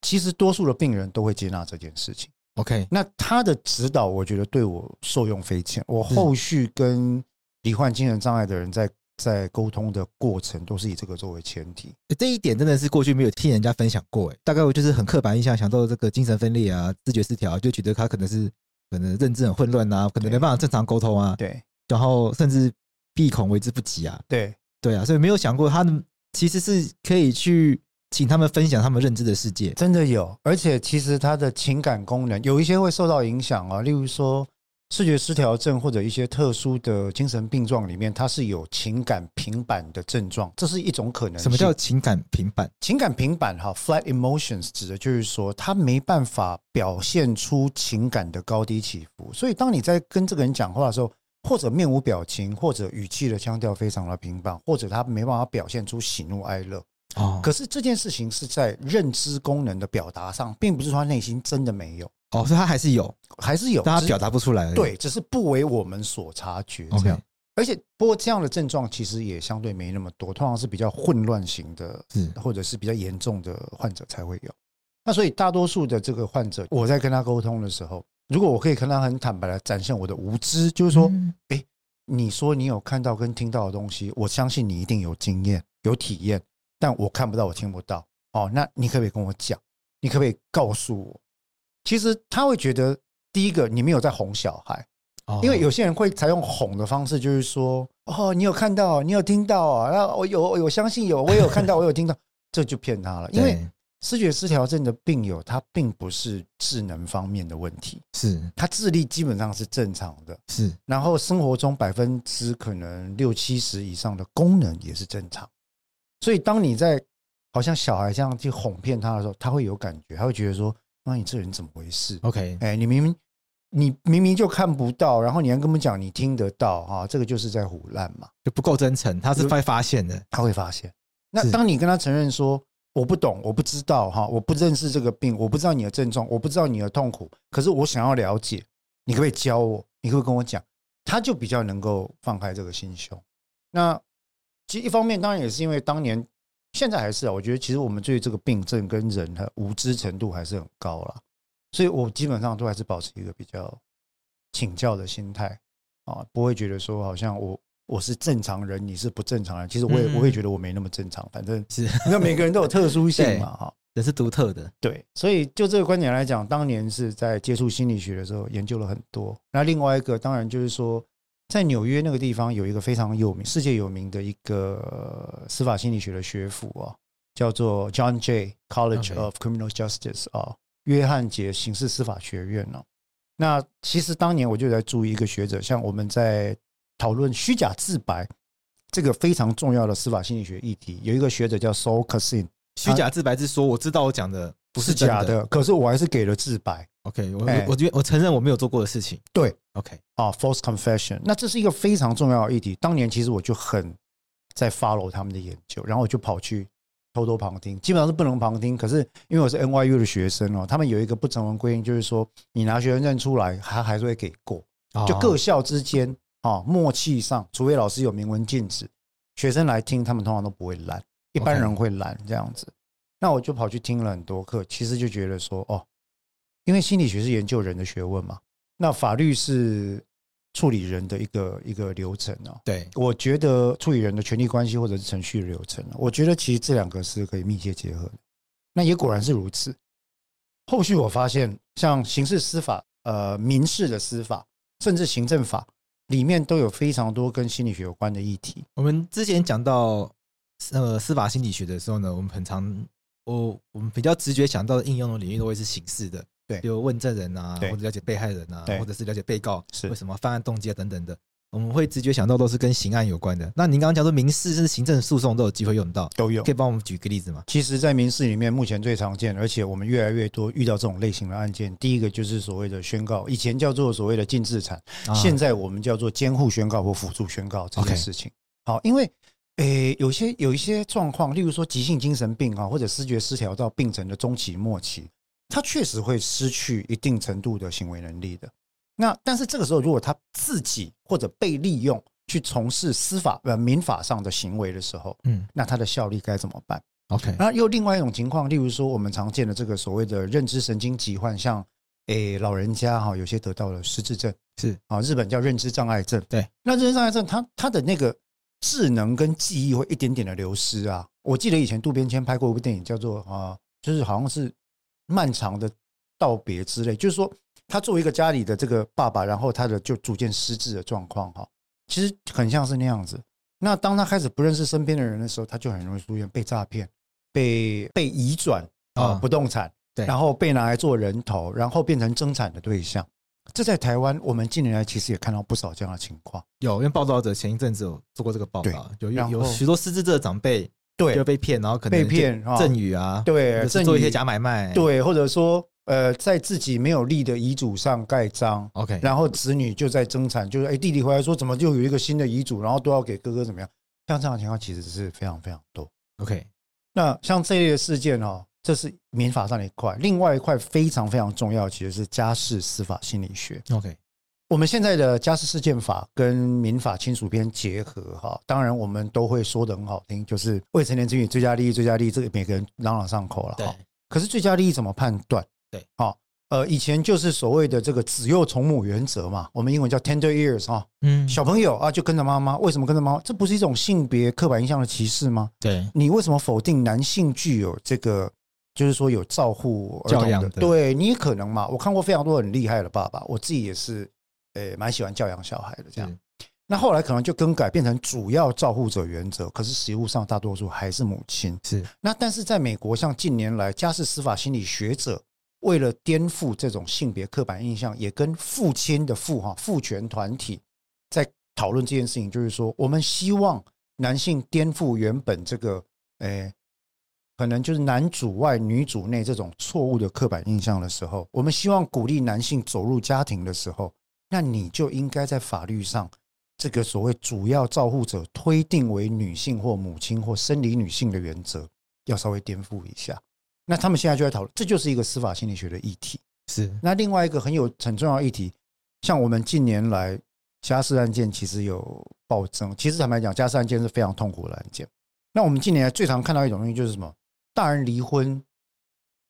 S2: 其实多数的病人都会接纳这件事情。
S1: ，OK，
S2: 那他的指导，我觉得对我受用非浅。
S1: 嗯
S2: 我后续跟罹患精神障碍的人在在沟通的过程，都是以这个作为前提。
S1: 欸这一点真的是过去没有听人家分享过，哎，大概我就是很刻板印象，想到这个精神分裂啊、知觉失调啊，就觉得他可能是可能认知很混乱啊，可能没
S2: 对
S1: 办法正常沟通啊，
S2: 对
S1: 然后甚至闭孔为之不及啊，
S2: 对
S1: 对啊，所以没有想过他们其实是可以去请他们分享他们认知的世界，
S2: 真的有，而且其实他的情感功能有一些会受到影响啊，例如说视觉失调症或者一些特殊的精神病状里面，它是有情感平板的症状，这是一种可能性。
S1: 什么叫情感平板？
S2: 情感平板哈，flat emotions 指的就是说他没办法表现出情感的高低起伏，所以当你在跟这个人讲话的时候，或者面无表情，或者语气的腔调非常的平板，或者他没办法表现出喜怒哀乐。
S1: 哦
S2: 可是这件事情是在认知功能的表达上，并不是说他内心真的没有，
S1: 哦，所以他还是有，
S2: 还是有，
S1: 但
S2: 只
S1: 他
S2: 是
S1: 表达不出来而已。
S2: 对，只是不为我们所察觉这样。
S1: ，OK，
S2: 而且，不过这样的症状其实也相对没那么多，通常是比较混乱型的，
S1: 是
S2: 或者是比较严重的患者才会有。那所以，大多数的这个患者，我在跟他沟通的时候，如果我可以跟他很坦白的展现我的无知，就是说，
S1: 嗯
S2: 你说你有看到跟听到的东西，我相信你一定有经验、有体验，但我看不到，我听不到。哦，那你可不可以跟我讲？你可不可以告诉我？其实他会觉得，第一个，你没有在哄小孩。
S1: 哦
S2: 因为有些人会采用哄的方式，就是说，哦，你有 看到，你有听到啊，那我有，我有相信有，我也有看到，我有听到，这就骗他了。因为
S1: 对
S2: 视觉失调症的病友，他并不是智能方面的问题，
S1: 是
S2: 他智力基本上是正常的，
S1: 是
S2: 然后生活中百分之可能六七十以上的功能也是正常。所以当你在好像小孩这样去哄骗他的时候，他会有感觉，他会觉得说：“妈，你这人怎么回事？
S1: OK，
S2: 哎，你明明你明明就看不到，然后你还跟我们讲你听得到啊，这个就是在胡乱嘛。”
S1: 就不够真诚，他是被发现的，
S2: 他会发现。那
S1: 是
S2: 当你跟他承认说我不懂，我不知道哈，我不认识这个病，我不知道你的症状，我不知道你的痛苦，可是我想要了解，你可不可以教我？你可不可以跟我讲？他就比较能够放开这个心胸。那其实一方面当然也是因为当年，现在还是啊，我觉得其实我们对这个病症跟人的无知程度还是很高啦，所以我基本上都还是保持一个比较请教的心态啊，不会觉得说好像我我是正常人，你是不正常人。其实我也
S1: 嗯
S2: 我也觉得我没那么正常，反正
S1: 是
S2: 那每个人都有特殊 性嘛哈。
S1: 人是独特的，
S2: 对，所以就这个观点来讲，当年是在接触心理学的时候研究了很多。那另外一个当然就是说，在纽约那个地方有一个非常有名、世界有名的一个呃司法心理学的学府啊，叫做 John Jay College
S1: OK
S2: of Criminal Justice 啊，约翰杰刑事司法学院哦、那其实当年我就在注意一个学者，像我们在讨论虚假自白这个非常重要的司法心理学议题，有一个学者叫 Saul Kassin。
S1: 虚假自白是说我知道我讲的不
S2: 啊是
S1: 真
S2: 假的，可是我还是给了自白
S1: OK，我
S2: 哎
S1: 我我觉得我承认我没有做过的事情。
S2: 对
S1: ，OK，
S2: 啊，false confession。那这是一个非常重要的议题。当年其实我就很在 follow 他们的研究，然后我就跑去偷偷旁听，基本上是不能旁听。可是因为我是 NYU 的学生哦，他们有一个不成文规定，就是说你拿学生证出来，他还是会给过。就各
S1: 哦
S2: 校之间啊默契上，除非老师有明文禁止，学生来听，他们通常都不会懒，一般
S1: OK
S2: 人会懒这样子。那我就跑去听了很多课，其实就觉得说哦，因为心理学是研究人的学问嘛，那法律是处理人的一个一个流程哦。
S1: 对
S2: 我觉得处理人的权利关系或者是程序流程，啊我觉得其实这两个是可以密切结合的。那也果然是如此。后续我发现，像刑事司法、呃民事的司法，甚至行政法里面都有非常多跟心理学有关的议题。
S1: 我们之前讲到呃司法心理学的时候呢，我们很常我我们比较直觉想到的应用的领域都会是刑事的，
S2: 对
S1: 比如问证人啊，
S2: 对
S1: 或者了解被害人啊
S2: 对，
S1: 或者是了解被告
S2: 是
S1: 为什么犯案动机啊等等的，我们会直觉想到都是跟刑案有关的。那您刚刚讲说民事甚至行政诉讼都有机会用到，
S2: 都有
S1: 可以帮我们举个例子吗？
S2: 其实，在民事里面，目前最常见，而且我们越来越多遇到这种类型的案件。第一个就是所谓的宣告，以前叫做所谓的禁制产，
S1: 啊
S2: 现在我们叫做监护宣告或辅助宣告这件
S1: OK
S2: 事情。好，因为诶、有些有一些状况，例如说急性精神病啊，或者视觉失调到病程的中期末期，他确实会失去一定程度的行为能力的。那但是这个时候，如果他自己或者被利用去从事司法呃民法上的行为的时候，
S1: 嗯
S2: 那他的效力该怎么办？
S1: OK 啊
S2: 那又另外一种情况，例如说我们常见的这个所谓的认知神经疾患，像诶、老人家哈、有些得到了失智症，
S1: 是
S2: 啊，日本叫认知障碍症。
S1: 对，
S2: 那认知障碍症它它的那个智能跟记忆会一点点的流失啊。我记得以前渡边谦拍过一部电影，叫做啊，就是好像是漫长的道别之类，就是说他作为一个家里的这个爸爸，然后他的就逐渐失智的状况哈，其实很像是那样子。那当他开始不认识身边的人的时候，他就很容易出现被诈骗、被被移转啊、
S1: 啊
S2: 不动产，
S1: 对
S2: 然后被拿来做人头，然后变成争产的对象。这在台湾，我们近年来其实也看到不少这样的情况。
S1: 有，因为报道者前一阵子有做过这个报道，有
S2: 然
S1: 有有
S2: 后
S1: 许多失智症的长辈就
S2: 对
S1: 被骗，然后可能
S2: 被
S1: 就
S2: 骗啊
S1: 赠与啊，或
S2: 对，
S1: 者是
S2: 正
S1: 做一些假买卖，
S2: 对，或者说呃，在自己没有立的遗嘱上盖章，
S1: ，OK，
S2: 然后子女就在争产，就是哎，弟弟回来说怎么就有一个新的遗嘱，然后都要给哥哥怎么样？像这样的情况其实是非常非常多。
S1: OK，
S2: 那像这类的事件哦，这是民法上的一块，另外一块非常非常重要，其实是家事司法心理学。
S1: OK，
S2: 我们现在的家事事件法跟民法亲属篇结合哈，当然我们都会说的很好听，就是未成年子女最佳利益、最佳利益，这个每个人朗朗上口了
S1: 对
S2: 哈。可是最佳利益怎么判断？
S1: 对，
S2: 好，呃，以前就是所谓的这个子幼从母原则嘛，我们英文叫 tender years 哈，
S1: 嗯
S2: 小朋友啊就跟着妈妈，为什么跟着妈妈？这不是一种性别刻板印象的歧视吗？
S1: 对
S2: 你为什么否定男性具有这个，就是说有照护儿童
S1: 教养
S2: 的？
S1: 的
S2: 对你可能嘛？我看过非常多很厉害的爸爸，我自己也是，呃，蛮喜欢教养小孩的这样
S1: 是。
S2: 那后来可能就更改变成主要照护者原则，可是实务上大多数还是母亲。
S1: 是
S2: 那但是在美国，像近年来家事司法心理学者为了颠覆这种性别刻板印象，也跟父亲的父哈父权团体在讨论这件事情，就是说我们希望男性颠覆原本这个诶、可能就是男主外女主内这种错误的刻板印象的时候，我们希望鼓励男性走入家庭的时候，那你就应该在法律上。这个所谓主要照护者推定为女性或母亲或生理女性的原则，要稍微颠覆一下。那他们现在就在讨论，这就是一个司法心理学的议题。
S1: 是
S2: 那另外一个很有很重要的议题，像我们近年来家事案件其实有暴增，其实坦白讲，家事案件是非常痛苦的案件。那我们近年来最常看到一种东西就是什么？大人离婚，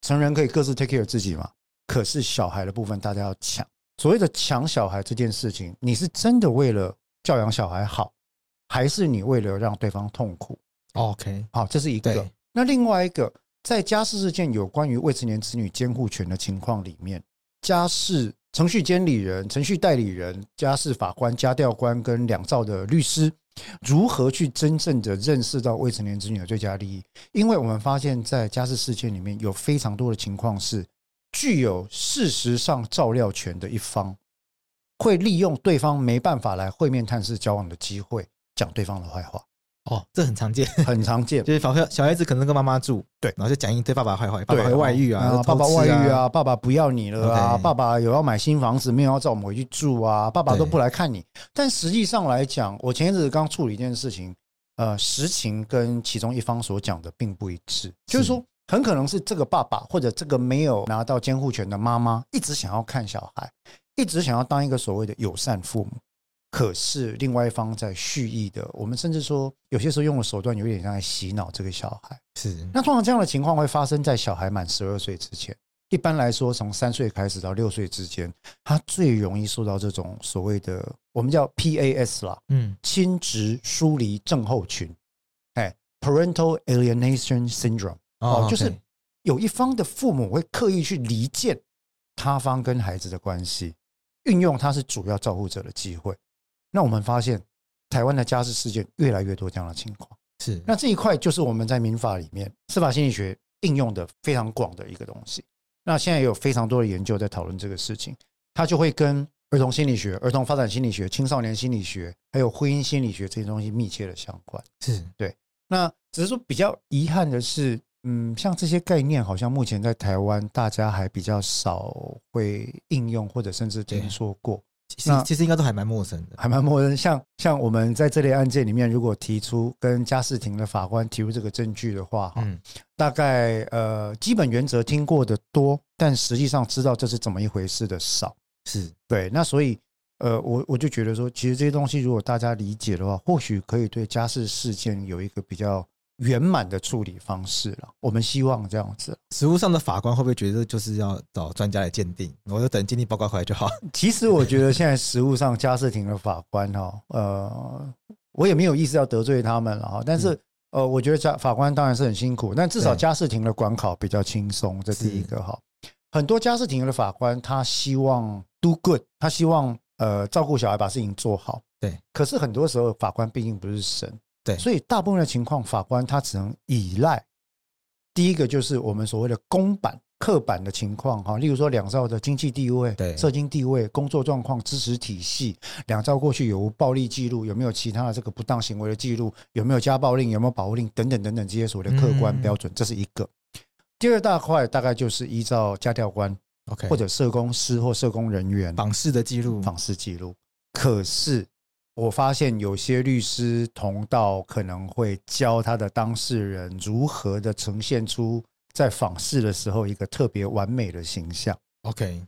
S2: 成人可以各自 take care 自己嘛，可是小孩的部分大家要抢。所谓的抢小孩这件事情，你是真的为了教养小孩好，还是你为了让对方痛苦？
S1: OK，
S2: 好，这是一个
S1: 对。
S2: 那另外一个，在家事事件有关于未成年子女监护权的情况里面，家事程序监理人、程序代理人、家事法官、家调官跟两造的律师，如何去真正的认识到未成年子女的最佳利益？因为我们发现，在家事事件里面有非常多的情况是具有事实上照料权的一方。会利用对方没办法来会面探视交往的机会，讲对方的坏话，
S1: 哦，这很常见，
S2: 很常见。
S1: 就是小孩小孩子可能跟妈妈住，
S2: 对
S1: 然后就讲一堆爸爸坏话，爸
S2: 对
S1: 爸会外遇啊，
S2: 爸爸
S1: 偷吃
S2: 外遇，啊，爸爸不要你了啊
S1: OK
S2: 爸爸有要买新房子，没有要找我们回去住啊，爸爸都
S1: 对
S2: 不来看你。但实际上来讲，我前一阵子刚处理一件事情，呃，实情跟其中一方所讲的并不一致，就是说很可能是这个爸爸或者这个没有拿到监护权的妈妈，一直想要看小孩，一直想要当一个所谓的友善父母。可是另外一方在蓄意的，我们甚至说有些时候用的手段有点像在洗脑这个小孩。
S1: 是
S2: 那通常这样的情况会发生在小孩满十二岁之前。一般来说，从三岁开始到六岁之间，他最容易受到这种所谓的我们叫 PAS 啦，
S1: 嗯，
S2: 亲职疏离症候群，哎，Parental Alienation Syndrome，哦，就是
S1: OK
S2: 有一方的父母会刻意去离间他方跟孩子的关系，运用他是主要照顾者的机会。那我们发现，台湾的家事事件越来越多这样的情况。
S1: 是
S2: 那这一块就是我们在民法里面司法心理学应用的非常广的一个东西。那现在也有非常多的研究在讨论这个事情，它就会跟儿童心理学、儿童发展心理学、青少年心理学，还有婚姻心理学这些东西密切的相关。
S1: 是
S2: 那只是说比较遗憾的是，嗯，像这些概念，好像目前在台湾大家还比较少会应用，或者甚至听
S1: 对
S2: 说过。
S1: 其实
S2: 那
S1: 其实应该都还蛮陌生的，
S2: 还蛮陌生。像像我们在这类案件里面，如果提出跟家事庭的法官提出这个证据的话，哈、
S1: 嗯，
S2: 大概呃基本原则听过的多，但实际上知道这是怎么一回事的少。
S1: 是
S2: 对，那所以呃，我我就觉得说，其实这些东西如果大家理解的话，或许可以对家事事件有一个比较圆满的处理方式了。我们希望这样子。
S1: 实务上的法官会不会觉得就是要找专家来鉴定，我就等鉴定报告回来就好？
S2: 其实我觉得现在实务上家事庭的法官哈，呃，我也没有意思要得罪他们了哈，但是。呃，我觉得家法官当然是很辛苦，但至少
S1: 对
S2: 家事庭的管考比较轻松，这第一个哈。很多家事庭的法官他希望 do good，他希望呃照顾小孩把事情做好。
S1: 对，
S2: 可是很多时候法官毕竟不是神，
S1: 对
S2: 所以大部分的情况法官他只能依赖。第一个就是我们所谓的公版、刻板的情况哈，例如说两兆的经济地位、
S1: 对
S2: 社经地位、工作状况、知识体系，两兆过去有无暴力记录，有没有其他的这个不当行为的记录，有没有家暴令，有没有保护令等等等等这些所谓的客观
S1: 嗯
S2: 标准，这是一个。第二大块大概就是依照家教官
S1: OK，
S2: 或者社工师或社工人员
S1: 访视的记录，
S2: 访视记录。可是我发现有些律师同道可能会教他的当事人如何的呈现出在访视的时候一个特别完美的形象。
S1: OK，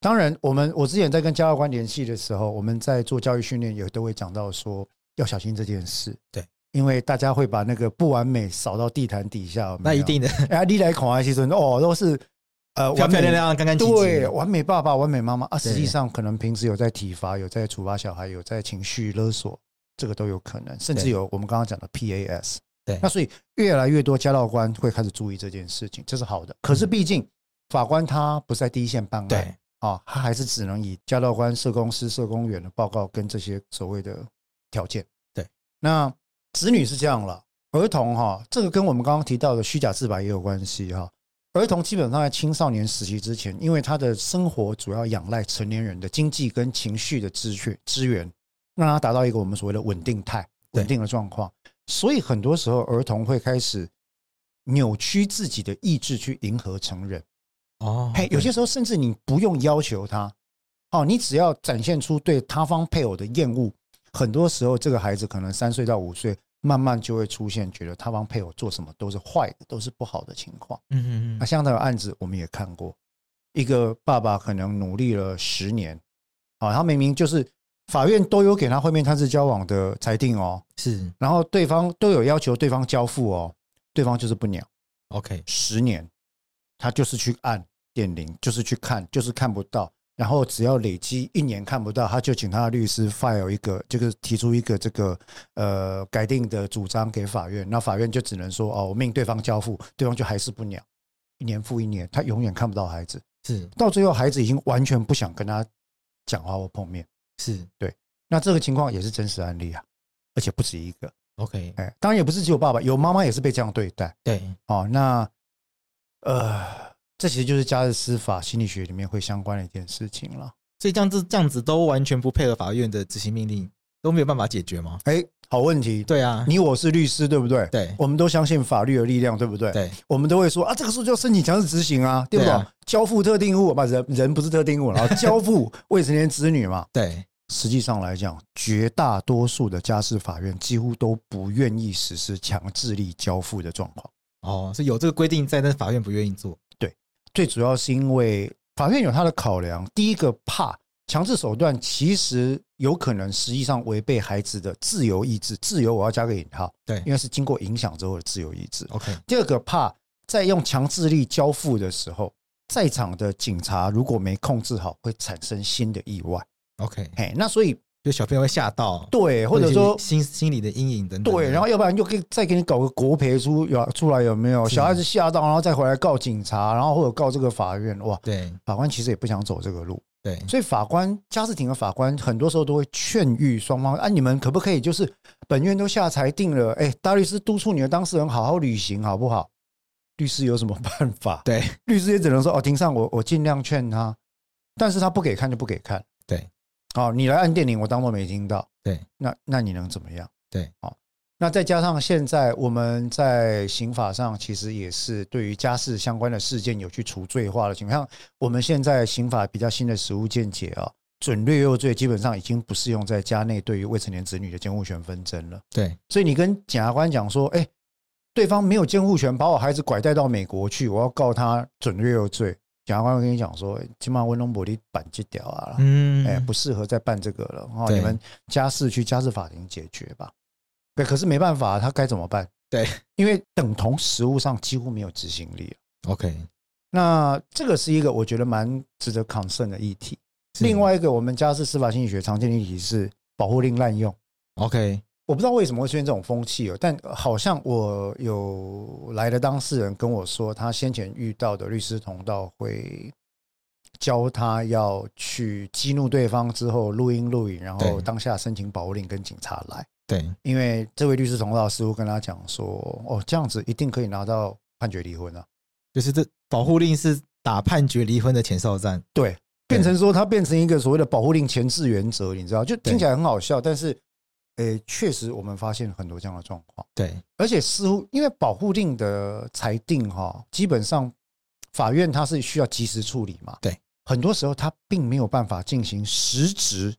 S2: 当然，我们我之前在跟家教官联系的时候，我们在做教育训练也都会讲到说要小心这件事。
S1: 对，
S2: 因为大家会把那个不完美扫到地毯底下。有没
S1: 那
S2: 有
S1: 一定的，
S2: 哎，你来恐吓西村哦，都是呃
S1: 漂
S2: 完
S1: 漂
S2: 美
S1: 亮亮、干干净净，
S2: 对，完美爸爸、完美妈妈啊，
S1: 对
S2: 实际上可能平时有在体罚、有在处罚小孩、有在情绪勒索，这个都有可能，甚至
S1: 对
S2: 有我们刚刚讲的 PAS。
S1: 对
S2: 那所以越来越多家教官会开始注意这件事情，这是好的。可是毕竟法官他不是在第一线办
S1: 嗯
S2: 案，
S1: 对
S2: 哦啊，他还是只能以家教官、社工师、社工员的报告跟这些所谓的条件。
S1: 对，
S2: 那子女是这样了，儿童哈、这个跟我们刚刚提到的虚假自白也有关系哈、儿童基本上在青少年时期之前，因为他的生活主要仰赖成年人的经济跟情绪的资源资源，让他达到一个我们所谓的稳定态、
S1: 对
S2: 稳定的状况。所以很多时候，儿童会开始扭曲自己的意志去迎合成人。
S1: 哦
S2: 嘿，有些时候甚至你不用要求他，哦，你只要展现出对他方配偶的厌恶，很多时候这个孩子可能三岁到五岁，慢慢就会出现觉得他方配偶做什么都是坏的，都是不好的情况。
S1: 嗯嗯
S2: 那
S1: 嗯，
S2: 相当的案子我们也看过，一个爸爸可能努力了十年，啊，他明明就是法院都有给他会面探视交往的裁定哦，
S1: 是
S2: 然后对方都有要求对方交付哦，对方就是不鸟。
S1: OK，
S2: 十年，他就是去按电铃，就是去看，就是看不到。然后只要累积一年看不到，他就请他的律师 file 一个，这个提出一个这个呃改定的主张给法院。那法院就只能说哦，我命对方交付，对方就还是不鸟，一年复一年，他永远看不到孩子。
S1: 是
S2: 到最后，孩子已经完全不想跟他讲话或碰面。
S1: 是
S2: 那这个情况也是真实案例啊，而且不止一个。
S1: OK，
S2: 哎，当然也不是只有爸爸，有妈妈也是被这样对待。
S1: 对，
S2: 哦，那呃，这其实就是加入司法心理学里面会相关的一件事情了。
S1: 所以这样子这样子都完全不配合法院的执行命令，都没有办法解决吗？
S2: 哎，好问题，
S1: 对啊，
S2: 你我是律师，对不对？
S1: 对
S2: 我们都相信法律的力量，对不对？
S1: 对
S2: 我们都会说啊，这个时候就要申请强制执行啊，对不
S1: 对
S2: 对？
S1: 啊
S2: 交付特定物嘛，人人不是特定物，然后交 付未成年子女嘛。
S1: 对，
S2: 实际上来讲，绝大多数的家事法院几乎都不愿意实施强制力交付的状况。
S1: 哦，是有这个规定在，但是法院不愿意做。
S2: 最主要是因为法院有他的考量。第一个怕强制手段其实有可能实际上违背孩子的自由意志，自由我要加个引号，
S1: 对
S2: 因为是经过影响之后的自由意志。
S1: OK，
S2: 第二个怕在用强制力交付的时候，在场的警察如果没控制好，会产生新的意外。
S1: OK，
S2: 嘿，那所以
S1: 就小朋友会吓到，
S2: 对，或者
S1: 是嗯
S2: 说
S1: 心心理的阴影等等的。
S2: 对，然后要不然就给再给你搞个国赔出有出来有没有？
S1: 是
S2: 小孩子吓到，然后再回来告警察，然后或者告这个法院，哇，
S1: 对
S2: 法官其实也不想走这个路。
S1: 对
S2: 所以法官家事庭的法官很多时候都会劝喻双方啊，你们可不可以就是本院都下裁定了，哎，大律师督促你的当事人好好履行，好不好？律师有什么办法？
S1: 对，
S2: 律师也只能说哦，庭上我我尽量劝他，但是他不给看就不给看。
S1: 对，
S2: 哦，你来按电铃，我当做没听到。
S1: 对，
S2: 那那你能怎么样？
S1: 对，
S2: 哦，那再加上现在我们在刑法上其实也是对于家事相关的事件有去除罪化的情况，像我们现在刑法比较新的实务见解啊、准略幼罪基本上已经不适用在家内对于未成年子女的监护权纷争了。
S1: 对
S2: 所以你跟检察官讲说，哎、对方没有监护权，把我孩子拐带到美国去，我要告他准略幼罪。检察官会跟你讲说，起码温东伯利板这屌啊，
S1: 嗯，
S2: 哎、不适合再办这个了哦，
S1: 对
S2: 你们家事去家事法庭解决吧。对，可是没办法，他该怎么办？
S1: 对，
S2: 因为等同实务上几乎没有执行力了
S1: OK。
S2: 那这个是一个我觉得蛮值得 concern 的议题。
S1: 是
S2: 另外一个，我们家事司法心理学常见的议题是保护令滥用。
S1: OK，
S2: 我不知道为什么会出现这种风气哦，但好像我有来的当事人跟我说，他先前遇到的律师同道会教他要去激怒对方之后录音录影，然后
S1: 对
S2: 当下申请保护令跟警察来，
S1: 对
S2: 因为这位律师同道似乎跟他讲说，哦，这样子一定可以拿到判决离婚啊，
S1: 就是这保护令是打判决离婚的前哨战。
S2: 对，变成说他变成一个所谓的保护令前置原则，你知道，就听起来很好笑，但是，诶，确实我们发现很多这样的状况。
S1: 对
S2: 而且似乎因为保护令的裁定哈、基本上法院它是需要及时处理嘛，
S1: 对，
S2: 很多时候它并没有办法进行实质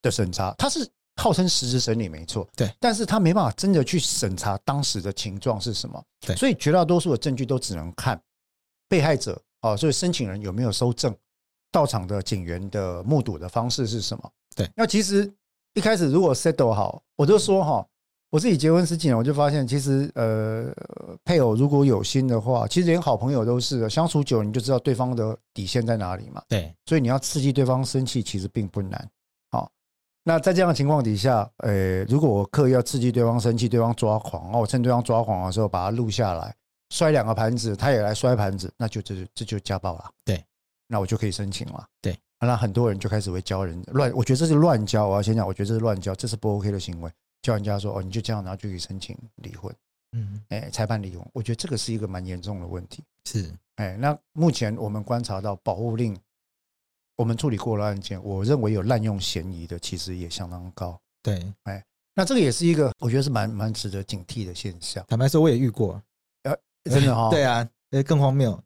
S2: 的审查，它是号称实质审理没错，
S1: 对，
S2: 但是它没办法真的去审查当时的情状是什么，
S1: 对
S2: 所以绝大多数的证据都只能看被害者哦，所以申请人有没有收证，到场的警员的目睹的方式是什么，
S1: 对，
S2: 那其实一开始如果 settle 好，我就说哈、我自己结婚十几年，我就发现其实呃，配偶如果有心的话，其实连好朋友都是的，相处久你就知道对方的底线在哪里嘛。
S1: 对
S2: 所以你要刺激对方生气，其实并不难。好，那在这样的情况底下，呃，如果我刻意要刺激对方生气，对方抓狂，那我趁对方抓狂的时候把他录下来，摔两个盘子，他也来摔盘子，那就这就这就家暴了。
S1: 对，
S2: 那我就可以申请了。啊
S1: 对，
S2: 那很多人就开始会教人乱，我觉得这是乱教。我要先讲，我觉得这是乱教，这是不 OK 的行为。叫人家说哦，你就这样，然后就可以申请离婚，
S1: 嗯，
S2: 哎、裁判离婚。我觉得这个是一个蛮严重的问题。
S1: 是，
S2: 哎，那目前我们观察到保护令，我们处理过的案件，我认为有滥用嫌疑的，其实也相当高。
S1: 对，
S2: 那这个也是一个我觉得是蛮蛮值得警惕的现象，
S1: 坦白说我也遇过，
S2: 真的哈、哦
S1: 对啊，呃，更荒谬，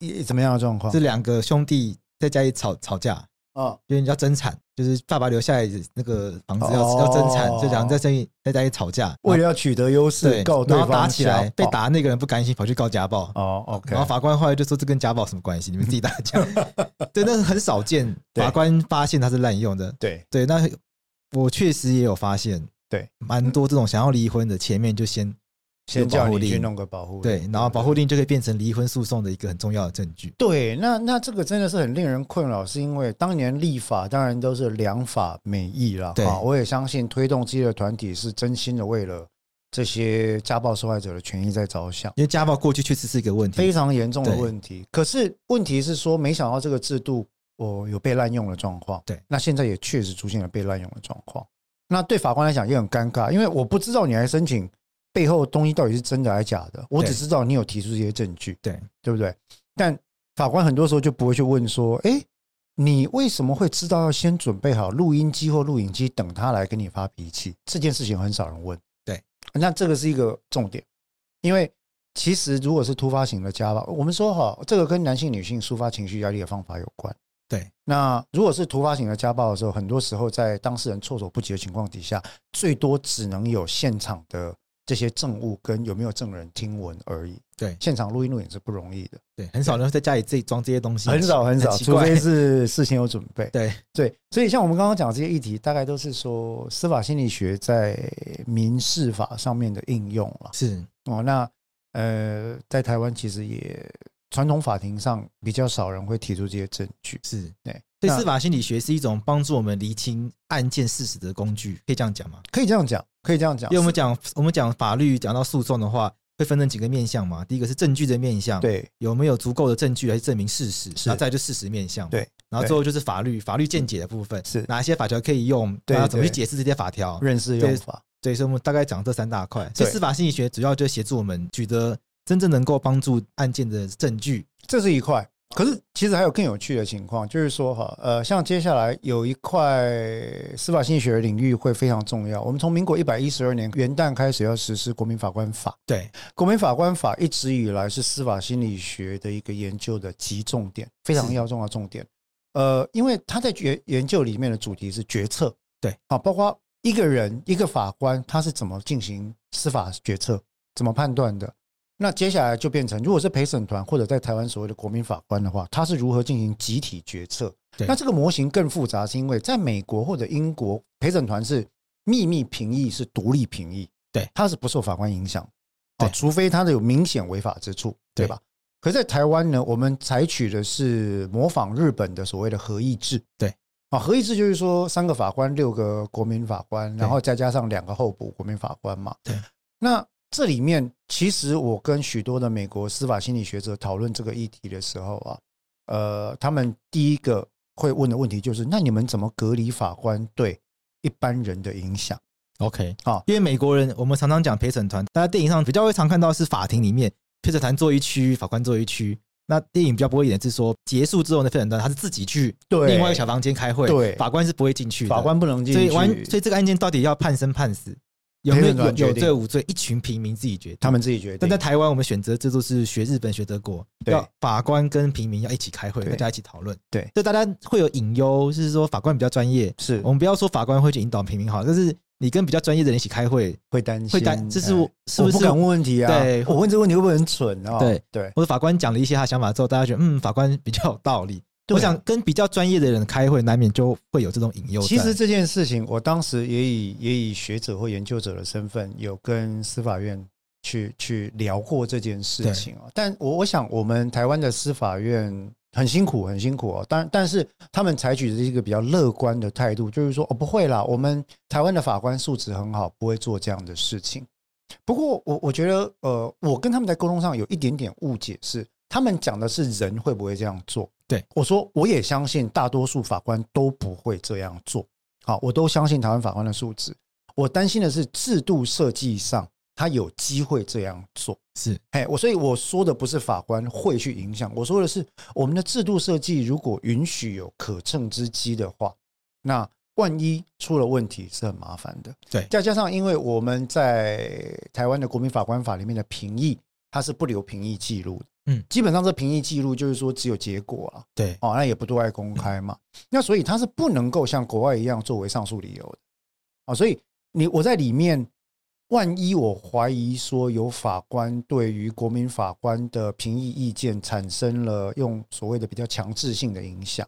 S2: 也，怎么样的状况
S1: 这？两个兄弟在家里吵吵架，
S2: 啊，
S1: 因为要争产，就是爸爸留下来那个房子要、
S2: 哦
S1: 要争产，这两个在生意在家里吵架，
S2: 为了要取得优势
S1: 对，
S2: 告
S1: 然后
S2: 方
S1: 打起来，
S2: 家
S1: 被
S2: 暴。
S1: 打的那个人不甘心，跑去告家暴。
S2: 哦，OK，
S1: 然后法官后来就说这跟家暴有什么关系？你们自己打 架，对，那很少见。
S2: 对
S1: 法官发现他是滥用的，
S2: 对
S1: 对，那我确实也有发现，
S2: 对，
S1: 蛮多这种想要离婚的，前面就先
S2: 先
S1: 有保
S2: 叫
S1: 护
S2: 你去
S1: 令
S2: 弄个保护令，
S1: 对，然后
S2: 不
S1: 保护令就可以变成离婚诉讼的一个很重要的证据。
S2: 对，那那这个真的是很令人困扰，是因为当年立法当然都是良法美意啦。
S1: 对
S2: 啊我也相信推动这些的团体是真心的为了这些家暴受害者的权益在着想，
S1: 因为家暴过去确实是一个问
S2: 非
S1: 题，
S2: 常严重的
S1: 对
S2: 问题。可是问题是说，没想到这个制度我、有被滥用的状况。
S1: 对
S2: 那现在也确实出现了被滥用的状况。那对法官来讲也很尴尬，因为我不知道你来申请背后的东西到底是真的还是假的，我只
S1: 对
S2: 知道你有提出这些证据。
S1: 对，
S2: 对不对？但法官很多时候就不会去问说，哎，你为什么会知道要先准备好录音机或录影机，等他来跟你发脾气？这件事情很少人问。
S1: 对，
S2: 那这个是一个重点，因为其实如果是突发型的家暴，我们说哈，这个跟男性、女性抒发情绪压力的方法有关。
S1: 对，
S2: 那如果是突发型的家暴的时候，很多时候在当事人措手不及的情况底下，最多只能有现场的这些证物跟有没有证人听闻而已。
S1: 对
S2: 现场录音录影是不容易的。
S1: 对，很少人会在家里自己装这些东西，
S2: 很少很少，
S1: 奇
S2: 除
S1: 怪
S2: 非 是事先有准备。
S1: 对
S2: 对，所以像我们刚刚讲的这些议题，大概都是说司法心理学在民事法上面的应用了。
S1: 是
S2: 哦，那呃，在台湾其实也传统法庭上比较少人会提出这些证据。
S1: 是，
S2: 对，
S1: 所以
S2: 那
S1: 司法心理学是一种帮助我们厘清案件事实的工具，可以这样讲吗？
S2: 可以这样讲，可以这样讲
S1: 因为。我们讲我们讲法律讲到诉讼的话，会分成几个面向嘛。第一个是证据的面向，，
S2: 对
S1: 有没有足够的证据来证明事实，
S2: 是
S1: 然后再来就事实面向，
S2: 对。
S1: 然后最后就是法律法律见解的部分，
S2: 是
S1: 哪些法条可以用，
S2: 对
S1: 然后怎么去
S2: 对
S1: 解释这些法条。
S2: 认识用法，
S1: 哦对，所以我们大概讲这三大块。所以
S2: 对
S1: 司法心理学主要就协助我们取得真正能够帮助案件的证据。
S2: 这是一块。可是其实还有更有趣的情况，就是说哈，呃，像接下来有一块司法心理学的领域会非常重要。我们从民国一百一十二年元旦开始要实施国民法官法，
S1: 对，
S2: 国民法官法一直以来是司法心理学的一个研究的集重点，非常
S1: 是
S2: 要重要重点。呃，因为他在研研究里面的主题是决策，
S1: 对，
S2: 啊，包括一个人一个法官他是怎么进行司法决策，怎么判断的。那接下来就变成，如果是陪审团或者在台湾所谓的国民法官的话，他是如何进行集体决策？
S1: 对
S2: 那这个模型更复杂，是因为在美国或者英国，陪审团是秘密评议，是独立评议，
S1: 对
S2: 它是不受法官影响，
S1: 对
S2: 哦，除非它的有明显违法之处，对
S1: 对
S2: 吧？可在台湾呢，我们采取的是模仿日本的所谓的合议制，
S1: 对
S2: 啊，合议制就是说三个法官、六个国民法官，然后再加上两个候补国民法官嘛，
S1: 对。
S2: 那这里面其实我跟许多的美国司法心理学者讨论这个议题的时候啊，呃，他们第一个会问的问题就是：那你们怎么隔离法官对一般人的影响？
S1: OK，
S2: 好
S1: 因为美国人我们常常讲陪审团，大家电影上比较会常看到是法庭里面陪审团坐一区，法官坐一区。那电影比较不会演的是说结束之后的陪审团他是自己去
S2: 对
S1: 另外一个小房间开会，
S2: 对
S1: 法官是不会进去的，
S2: 法官不能进
S1: 所
S2: 去，
S1: 以完，所以这个案件到底要判生判死，有没有
S2: 陪审团
S1: 有有
S2: 决定
S1: 罪无罪，一群平民自己决定。
S2: 他们自己决定
S1: 但在。台湾，我们选择制度是学日本、学德国，
S2: 对
S1: 要法官跟平民要一起开会，
S2: 对
S1: 大家一起讨论。
S2: 对
S1: 所以大家会有隐忧，就是说法官比较专业，
S2: 是
S1: 我们不要说法官会去引导平民好，但是你跟比较专业的人一起开会，
S2: 会担心，
S1: 会担，这是我
S2: 哎
S1: 是
S2: 我
S1: 不是
S2: 不敢问问题啊？
S1: 对
S2: 我问这个问题会不会很蠢啊？
S1: 对
S2: 对
S1: 或者法官讲了一些他的想法之后，大家觉得嗯，法官比较有道理。
S2: 对啊
S1: 我想跟比较专业的人开会，难免就会有这种隐忧在。
S2: 其实这件事情，我当时也以也以学者或研究者的身份，有跟司法院去去聊过这件事情啊。但我我想，我们台湾的司法院很辛苦，很辛苦哦。但但是他们采取的是一个比较乐观的态度，就是说哦，不会啦，我们台湾的法官素质很好，不会做这样的事情。不过我我觉得，呃，我跟他们在沟通上有一点点误解是，他们讲的是人会不会这样做？
S1: 对
S2: 我说，我也相信大多数法官都不会这样做。好，我都相信台湾法官的素质。我担心的是制度设计上，他有机会这样做。
S1: 是
S2: 哎，我所以我说的不是法官会去影响，我说的是我们的制度设计，如果允许有可乘之机的话，那万一出了问题是很麻烦的。
S1: 对
S2: 再加上因为我们在台湾的国民法官法里面的评议，它是不留评议记录的，
S1: 嗯
S2: 基本上这评议记录就是说只有结果啊，
S1: 对
S2: 哦，那也不对外公开嘛。那所以它是不能够像国外一样作为上诉理由的啊、所以你我在里面，万一我怀疑说有法官对于国民法官的评议意见产生了用所谓的比较强制性的影响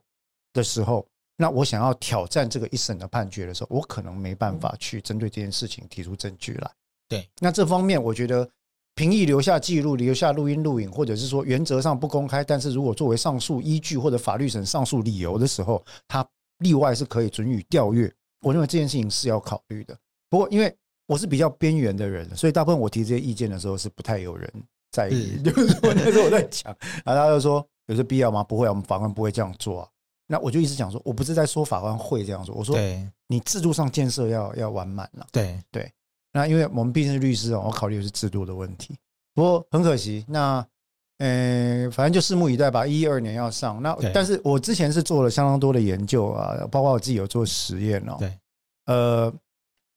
S2: 的时候，那我想要挑战这个一审的判决的时候，我可能没办法去针对这件事情提出证据来。
S1: 对，
S2: 那这方面我觉得评议留下记录、留下录音录影，或者是说原则上不公开，但是如果作为上诉依据或者法律审上诉理由的时候，它例外是可以准予调阅。我认为这件事情是要考虑的。不过因为我是比较边缘的人，所以大部分我提这些意见的时候是不太有人在意，
S1: 是
S2: 就是说那时候我在讲，然后他就说有这必要吗？不会啊，我们法官不会这样做啊。那我就一直讲说，我不是在说法官会这样做，我说
S1: 对
S2: 你制度上建设要要完满啊了、
S1: 对
S2: 那因为我们毕竟是律师哦，我考虑的是制度的问题。不过很可惜，那呃，反正就拭目以待吧。一二年要上，那
S1: 对
S2: 但是我之前是做了相当多的研究啊，包括我自己有做实验哦。
S1: 对，
S2: 呃，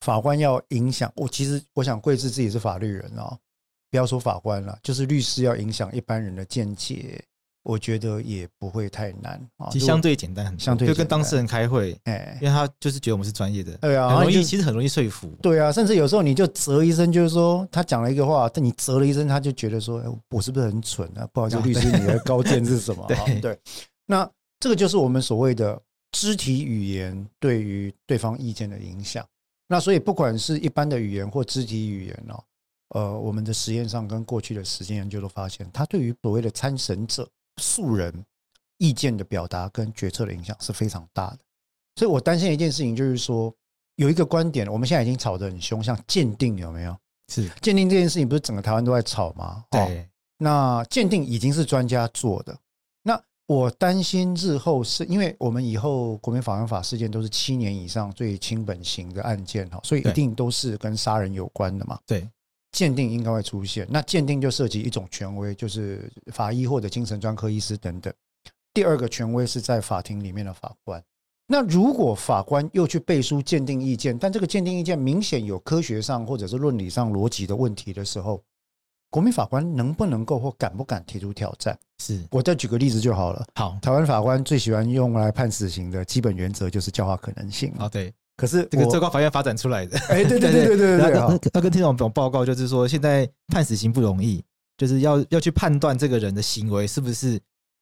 S2: 法官要影响我，其实我想贵志自己是法律人哦，不要说法官了，就是律师要影响一般人的见解，我觉得也不会太难啊。
S1: 其实相对简单很多，
S2: 相对
S1: 就跟
S2: 简单
S1: 当事人开会，
S2: 如果哎
S1: 因为他就是觉得我们是专业的，
S2: 对啊，然
S1: 很
S2: 后
S1: 容
S2: 你就
S1: 易，其实很容易说服。
S2: 对啊，甚至有时候你就啧一声，就是说他讲了一个话，但你啧了一声，他就觉得说，哎，我是不是很蠢啊？不好意思，
S1: 啊
S2: 律师，
S1: 对
S2: 你的高见是什么？
S1: 对
S2: 哈啊对，那这个就是我们所谓的肢体语言对于对方意见的影响。那所以不管是一般的语言或肢体语言哦，呃，我们的实验上跟过去的实践研究都发现，它对于所谓的参审者、素人意见的表达跟决策的影响是非常大的。所以我担心的一件事情就是说，有一个观点，我们现在已经吵得很凶，像鉴定有没有？
S1: 是
S2: 鉴定这件事情不是整个台湾都在吵吗？哦
S1: 对
S2: 那鉴定已经是专家做的。那我担心日后是因为我们以后国民法官法事件都是七年以上最轻本刑的案件哈，所以一
S1: 对
S2: 定都是跟杀人有关的嘛。
S1: 对
S2: 鉴定应该会出现。那鉴定就涉及一种权威，就是法医或者精神专科医师等等。第二个权威是在法庭里面的法官。那如果法官又去背书鉴定意见，但这个鉴定意见明显有科学上或者是论理上逻辑的问题的时候，国民法官能不能够或敢不敢提出挑战？
S1: 是
S2: 我再举个例子就好了。
S1: 好
S2: 台湾法官最喜欢用来判死刑的基本原则就是教化可能性嘛。
S1: 好对，
S2: 可是
S1: 这个
S2: 我
S1: 最高法院发展出来的。
S2: 哎，对对对对对对
S1: 然后
S2: 对，
S1: 要要跟听众朋友报告，就是说现在判死刑不容易，就是要要去判断这个人的行为是不是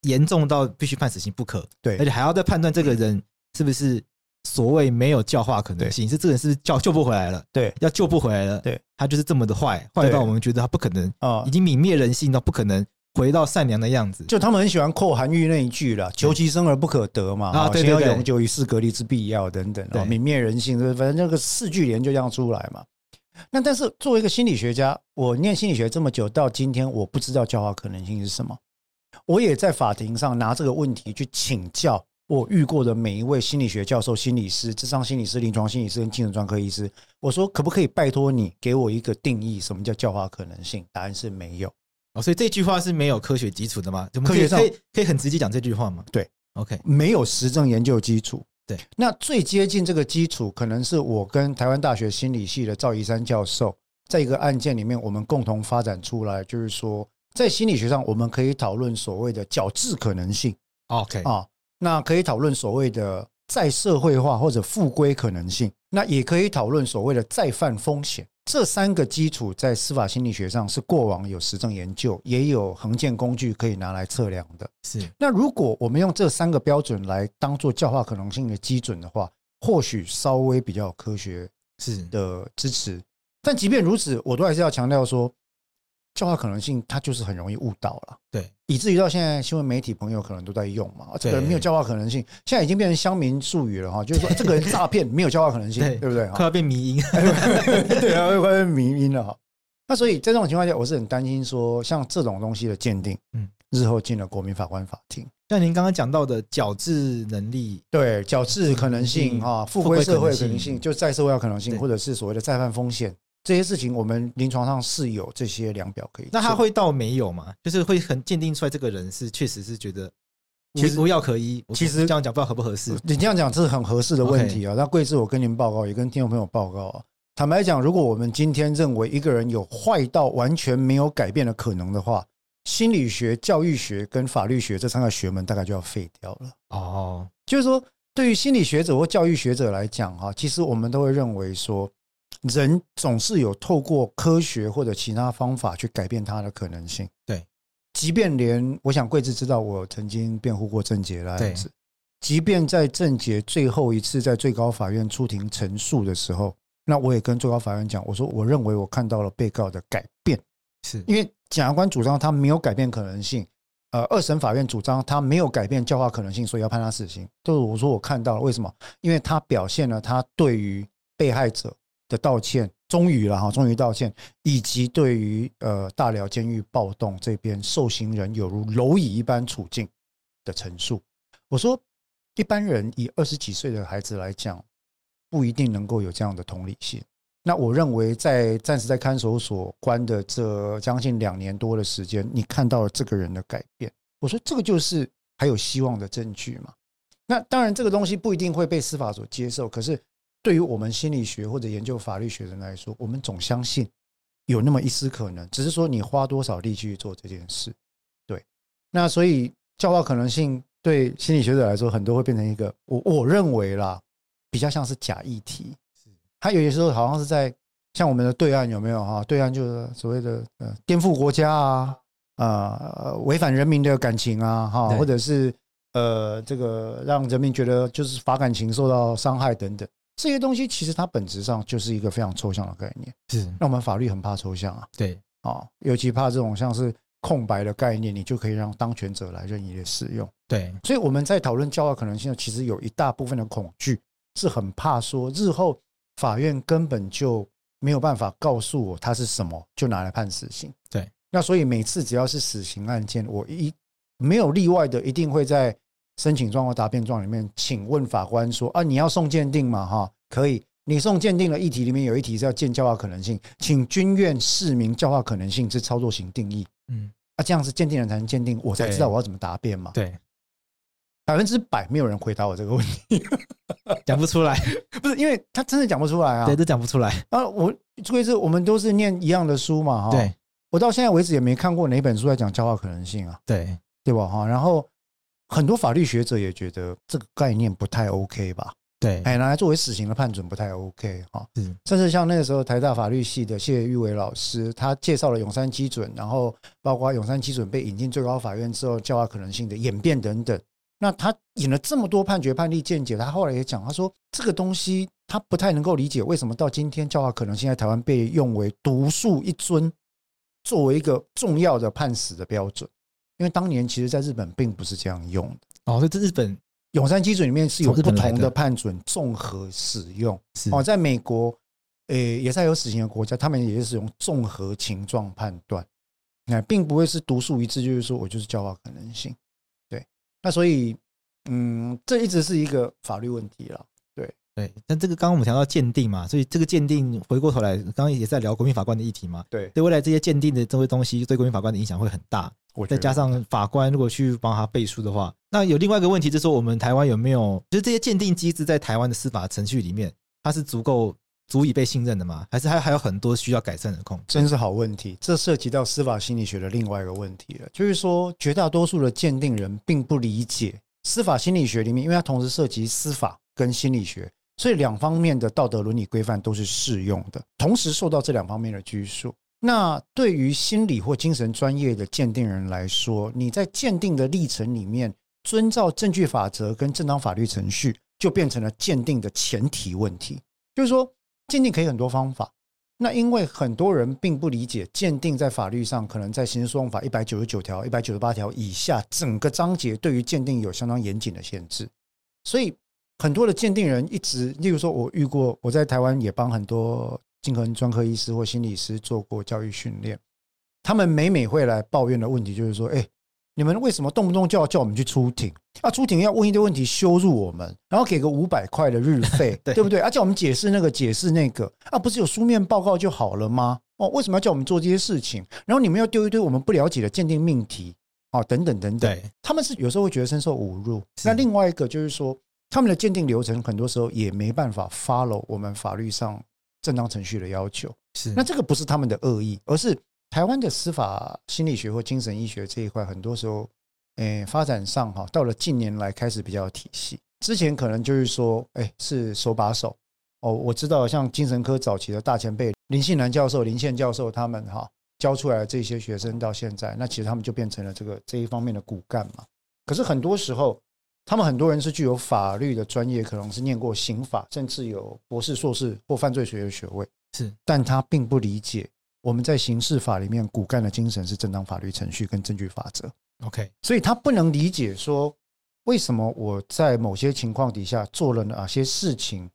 S1: 严重到必须判死刑不可，
S2: 对
S1: 而且还要再判断这个人是不是所谓没有教化可能性，是这个人是不是教救不回来了，
S2: 对
S1: 要救不回来了，
S2: 对，
S1: 他就是这么的坏，坏到我们觉得他不可能，
S2: 啊
S1: 已经泯灭人性到不可能回到善良的样子，
S2: 就他们很喜欢扣韩愈那一句了，“求其生而不可得”嘛，
S1: 啊
S2: 哦
S1: 对
S2: 先要
S1: 对对
S2: 永久与世隔离之必要等等，
S1: 对
S2: 啊，泯灭人性，反正那个四句联就这样出来嘛。那但是作为一个心理学家，我念心理学这么久，到今天我不知道教化可能性是什么。我也在法庭上拿这个问题去请教我遇过的每一位心理学教授、心理师、智商心理师、临床心理师跟精神专科医师。我说，可不可以拜托你给我一个定义，什么叫教化可能性？答案是没有。
S1: 哦，所以这句话是没有科学基础的嘛？我们
S2: 科
S1: 可以
S2: 学上
S1: 可以可以很直接讲这句话嘛？
S2: 对
S1: ，OK，
S2: 没有实证研究基础。
S1: 对，
S2: 那最接近这个基础，可能是我跟台湾大学心理系的赵怡山教授，在一个案件里面，我们共同发展出来，就是说，在心理学上，我们可以讨论所谓的矫治可能性
S1: 哦 OK，
S2: 啊，那可以讨论所谓的再社会化或者复归可能性，那也可以讨论所谓的再犯风险。这三个基础在司法心理学上是过往有实证研究，也有衡鉴工具可以拿来测量的。
S1: 是
S2: 那如果我们用这三个标准来当做教化可能性的基准的话，或许稍微比较有科学
S1: 是
S2: 的支持。但即便如此，我都还是要强调说，教化可能性它就是很容易误导了，
S1: 对
S2: 以至于到现在新闻媒体朋友可能都在用嘛，啊这个人
S1: 对
S2: 没有教化可能性，现在已经变成乡民术语了哈，就是说这个人诈骗没有教化可能 性，
S1: 对
S2: 对不对？啊
S1: 快要变迷因，
S2: 对啊，会会迷因了哈。那所以在这种情况下，我是很担心说，像这种东西的鉴定，
S1: 嗯，
S2: 日后进了国民法官法庭。
S1: 像您刚刚讲到的矫治能力，
S2: 对，矫治可能性
S1: 嗯
S2: 哈，富
S1: 富
S2: 贵
S1: 贵
S2: 社
S1: 可
S2: 会
S1: 能
S2: 可能
S1: 性嗯
S2: 性，就再社会化可能性，
S1: 对
S2: 或者是所谓的再犯风险这些事情，我们临床上是有这些量表可以做。
S1: 那他会到没有吗？就是会很鉴定出来这个人是确实是觉得无
S2: 其实
S1: 无药可医。我
S2: 其实
S1: 这样讲不知道合不合适。
S2: 你这样讲是很合适的问题啊。那贵志，我跟您报告，也跟听众朋友报告啊。坦白讲，如果我们今天认为一个人有坏到完全没有改变的可能的话，心理学、教育学跟法律学这三个学门大概就要废掉了。
S1: 哦，
S2: 就是说，对于心理学者或教育学者来讲，哈，其实我们都会认为说，人总是有透过科学或者其他方法去改变他的可能性。
S1: 对，
S2: 即便连我想贵志知道，我曾经辩护过郑杰的案子，即便在郑杰最后一次在最高法院出庭陈述的时候，那我也跟最高法院讲，我说我认为我看到了被告的改变，
S1: 是
S2: 因为检察官主张他没有改变可能性，呃，二审法院主张他没有改变教化可能性，所以要判他死刑。就是我说我看到了，为什么？因为他表现了他对于被害者的道歉，终于了哈，终于道歉，以及对于呃大寮监狱暴动这边受刑人有如蝼蚁一般处境的陈述。我说，一般人以二十几岁的孩子来讲，不一定能够有这样的同理心。那我认为，在暂时在看守所关的这将近两年多的时间，你看到了这个人的改变，我说这个就是还有希望的证据嘛。那当然，这个东西不一定会被司法所接受，可是对于我们心理学或者研究法律学的人来说，我们总相信有那么一丝可能，只是说你花多少力气去做这件事。对，那所以教化可能性对心理学者来说，很多会变成一个我我认为啦，比较像是假议题。他有些时候好像是在像我们的对岸有没有哈？对岸就是所谓的呃颠覆国家啊，呃违反人民的感情啊哈，
S1: 对
S2: 或者是呃这个让人民觉得就是法感情受到伤害等等，这些东西其实它本质上就是一个非常抽象的概念。
S1: 是，
S2: 那我们法律很怕抽象啊，
S1: 对，
S2: 啊、尤其怕这种像是空白的概念，你就可以让当权者来任意的使用。
S1: 对，
S2: 所以我们在讨论教化可能性，其实有一大部分的恐惧是很怕说日后法院根本就没有办法告诉我它是什么，就拿来判死刑。
S1: 对，
S2: 那所以每次只要是死刑案件，我一没有例外的，一定会在申请状或答辩状里面，请问法官说啊，你要送鉴定吗？哈，可以。你送鉴定的议题里面有一题是要见教化可能性，请均院市民教化可能性之操作型定义
S1: 嗯，
S2: 啊，这样子鉴定人才能鉴定，我才
S1: 对
S2: 知道我要怎么答辩嘛。
S1: 对，
S2: 百分之百没有人回答我这个问题，
S1: 讲不出来，
S2: 不是因为他真的讲不出来啊
S1: 对，。都讲不出来。
S2: 啊，我这个是我们都是念一样的书嘛，哈。
S1: 对，
S2: 我到现在为止也没看过哪本书在讲教化可能性啊，
S1: 对，
S2: 对吧？哈，然后很多法律学者也觉得这个概念不太 OK 吧，
S1: 对，
S2: 哎，拿来作为死刑的判准不太 OK 哈。
S1: 是，
S2: 甚至像那个时候台大法律系的谢玉伟老师，他介绍了永山基准，然后包括永山基准被引进最高法院之后，教化可能性的演变等等。那他引了这么多判决判例见解，他后来也讲，他说这个东西他不太能够理解，为什么到今天教化可能性在台湾被用为独树一尊，作为一个重要的判死的标准，因为当年其实在日本并不是这样用的。
S1: 哦，所以这日本
S2: 永山基准里面是有
S1: 从日
S2: 不
S1: 本来的
S2: 同的判准综合使用。
S1: 是
S2: 哦，在美国，呃，也在有死刑的国家，他们也是用综合情状判断，那并不会是独树一帜，就是说我就是教化可能性。对，那所以，嗯，这一直是一个法律问题了。
S1: 对，但这个刚刚我们谈到鉴定嘛，所以这个鉴定回过头来，刚刚也在聊国民法官的议题嘛，
S2: 对，
S1: 对未来这些鉴定的这些东西，对国民法官的影响会很大。
S2: 我觉
S1: 再
S2: 得
S1: 加上法官如果去帮他背书的话，那有另外一个问题，就是说我们台湾有没有，就是这些鉴定机制在台湾的司法程序里面，它是足够足以被信任的吗？还是还还有很多需要改善的空间？
S2: 真是好问题，这涉及到司法心理学的另外一个问题了，就是说绝大多数的鉴定人并不理解司法心理学里面，因为它同时涉及司法跟心理学，所以两方面的道德伦理规范都是适用的，同时受到这两方面的拘束。那对于心理或精神专业的鉴定人来说，你在鉴定的历程里面，遵照证据法则跟正当法律程序，就变成了鉴定的前提问题。就是说，鉴定可以很多方法，那因为很多人并不理解鉴定在法律上，可能在刑事诉讼法一百九十九条、一百九十八条以下整个章节对于鉴定有相当严谨的限制，所以很多的鉴定人一直，例如说，我遇过，我在台湾也帮很多精神专科医师或心理师做过教育训练，他们每每会来抱怨的问题就是说，哎，你们为什么动不动就要叫我们去出庭？啊，出庭要问一堆问题，羞辱我们，然后给个五百块的日费，
S1: 对
S2: 对不对？啊，叫我们解释那个，解释那个，啊，不是有书面报告就好了吗？哦，为什么要叫我们做这些事情？然后你们又丢一堆我们不了解的鉴定命题，哦，等等等等，
S1: 对，
S2: 他们是有时候会觉得深受侮辱。
S1: 是
S2: 那另外一个就是说，他们的鉴定流程很多时候也没办法 follow 我们法律上正当程序的要求。
S1: 是
S2: 那这个不是他们的恶意，而是台湾的司法心理学或精神医学这一块，很多时候，诶、发展上哈，到了近年来开始比较有体系。之前可能就是说，哎、是手把手哦。我知道，像精神科早期的大前辈林信南教授、林宪教授他们哈，教出来的这些学生到现在，那其实他们就变成了这个这一方面的骨干嘛。可是很多时候，他们很多人是具有法律的专业，可能是念过刑法，甚至有博士、硕士或犯罪学的学位。
S1: 是
S2: 但他并不理解我们在刑事法里面骨干的精神是正当法律程序跟证据法则，
S1: OK，
S2: 所以他不能理解说为什么我在某些情况底下做了哪些事情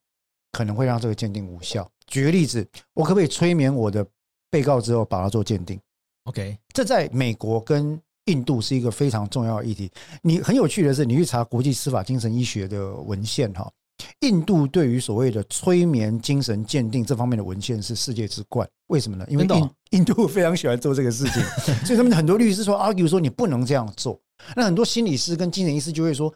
S2: 可能会让这个鉴定无效。举个例子，我可不可以催眠我的被告之后把它做鉴定？
S1: OK，
S2: 这在美国跟印度是一个非常重要的议题。你很有趣的是，你去查国际司法精神医学的文献哈，印度对于所谓的催眠精神鉴定这方面的文献是世界之冠。为什么呢？因为
S1: 真的
S2: 印
S1: 哦
S2: 印 度非常喜欢做这个事 情，所以他们很多律师说 argue 说你不能这样做。那很多心理师跟精神医师就会说，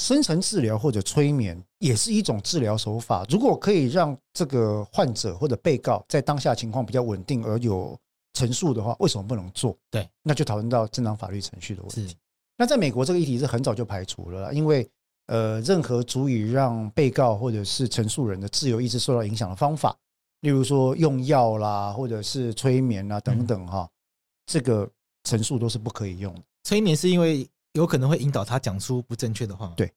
S2: 深层治疗或者催眠也是一种治疗手法。如果可以让这个患者或者被告在当下情况比较稳定而有陈述的话，为什么不能做？
S1: 对，
S2: 那就讨论到正当法律程序的问
S1: 是
S2: 题。那在美国，这个议题是很早就排除了啦，因为呃，任何足以让被告或者是陈述人的自由意志受到影响的方法，例如说用药啦，或者是催眠啦
S1: 嗯
S2: 等等哈，这个陈述都是不可以用的。
S1: 催眠是因为有可能会引导他讲出不正确的话吗。
S2: 对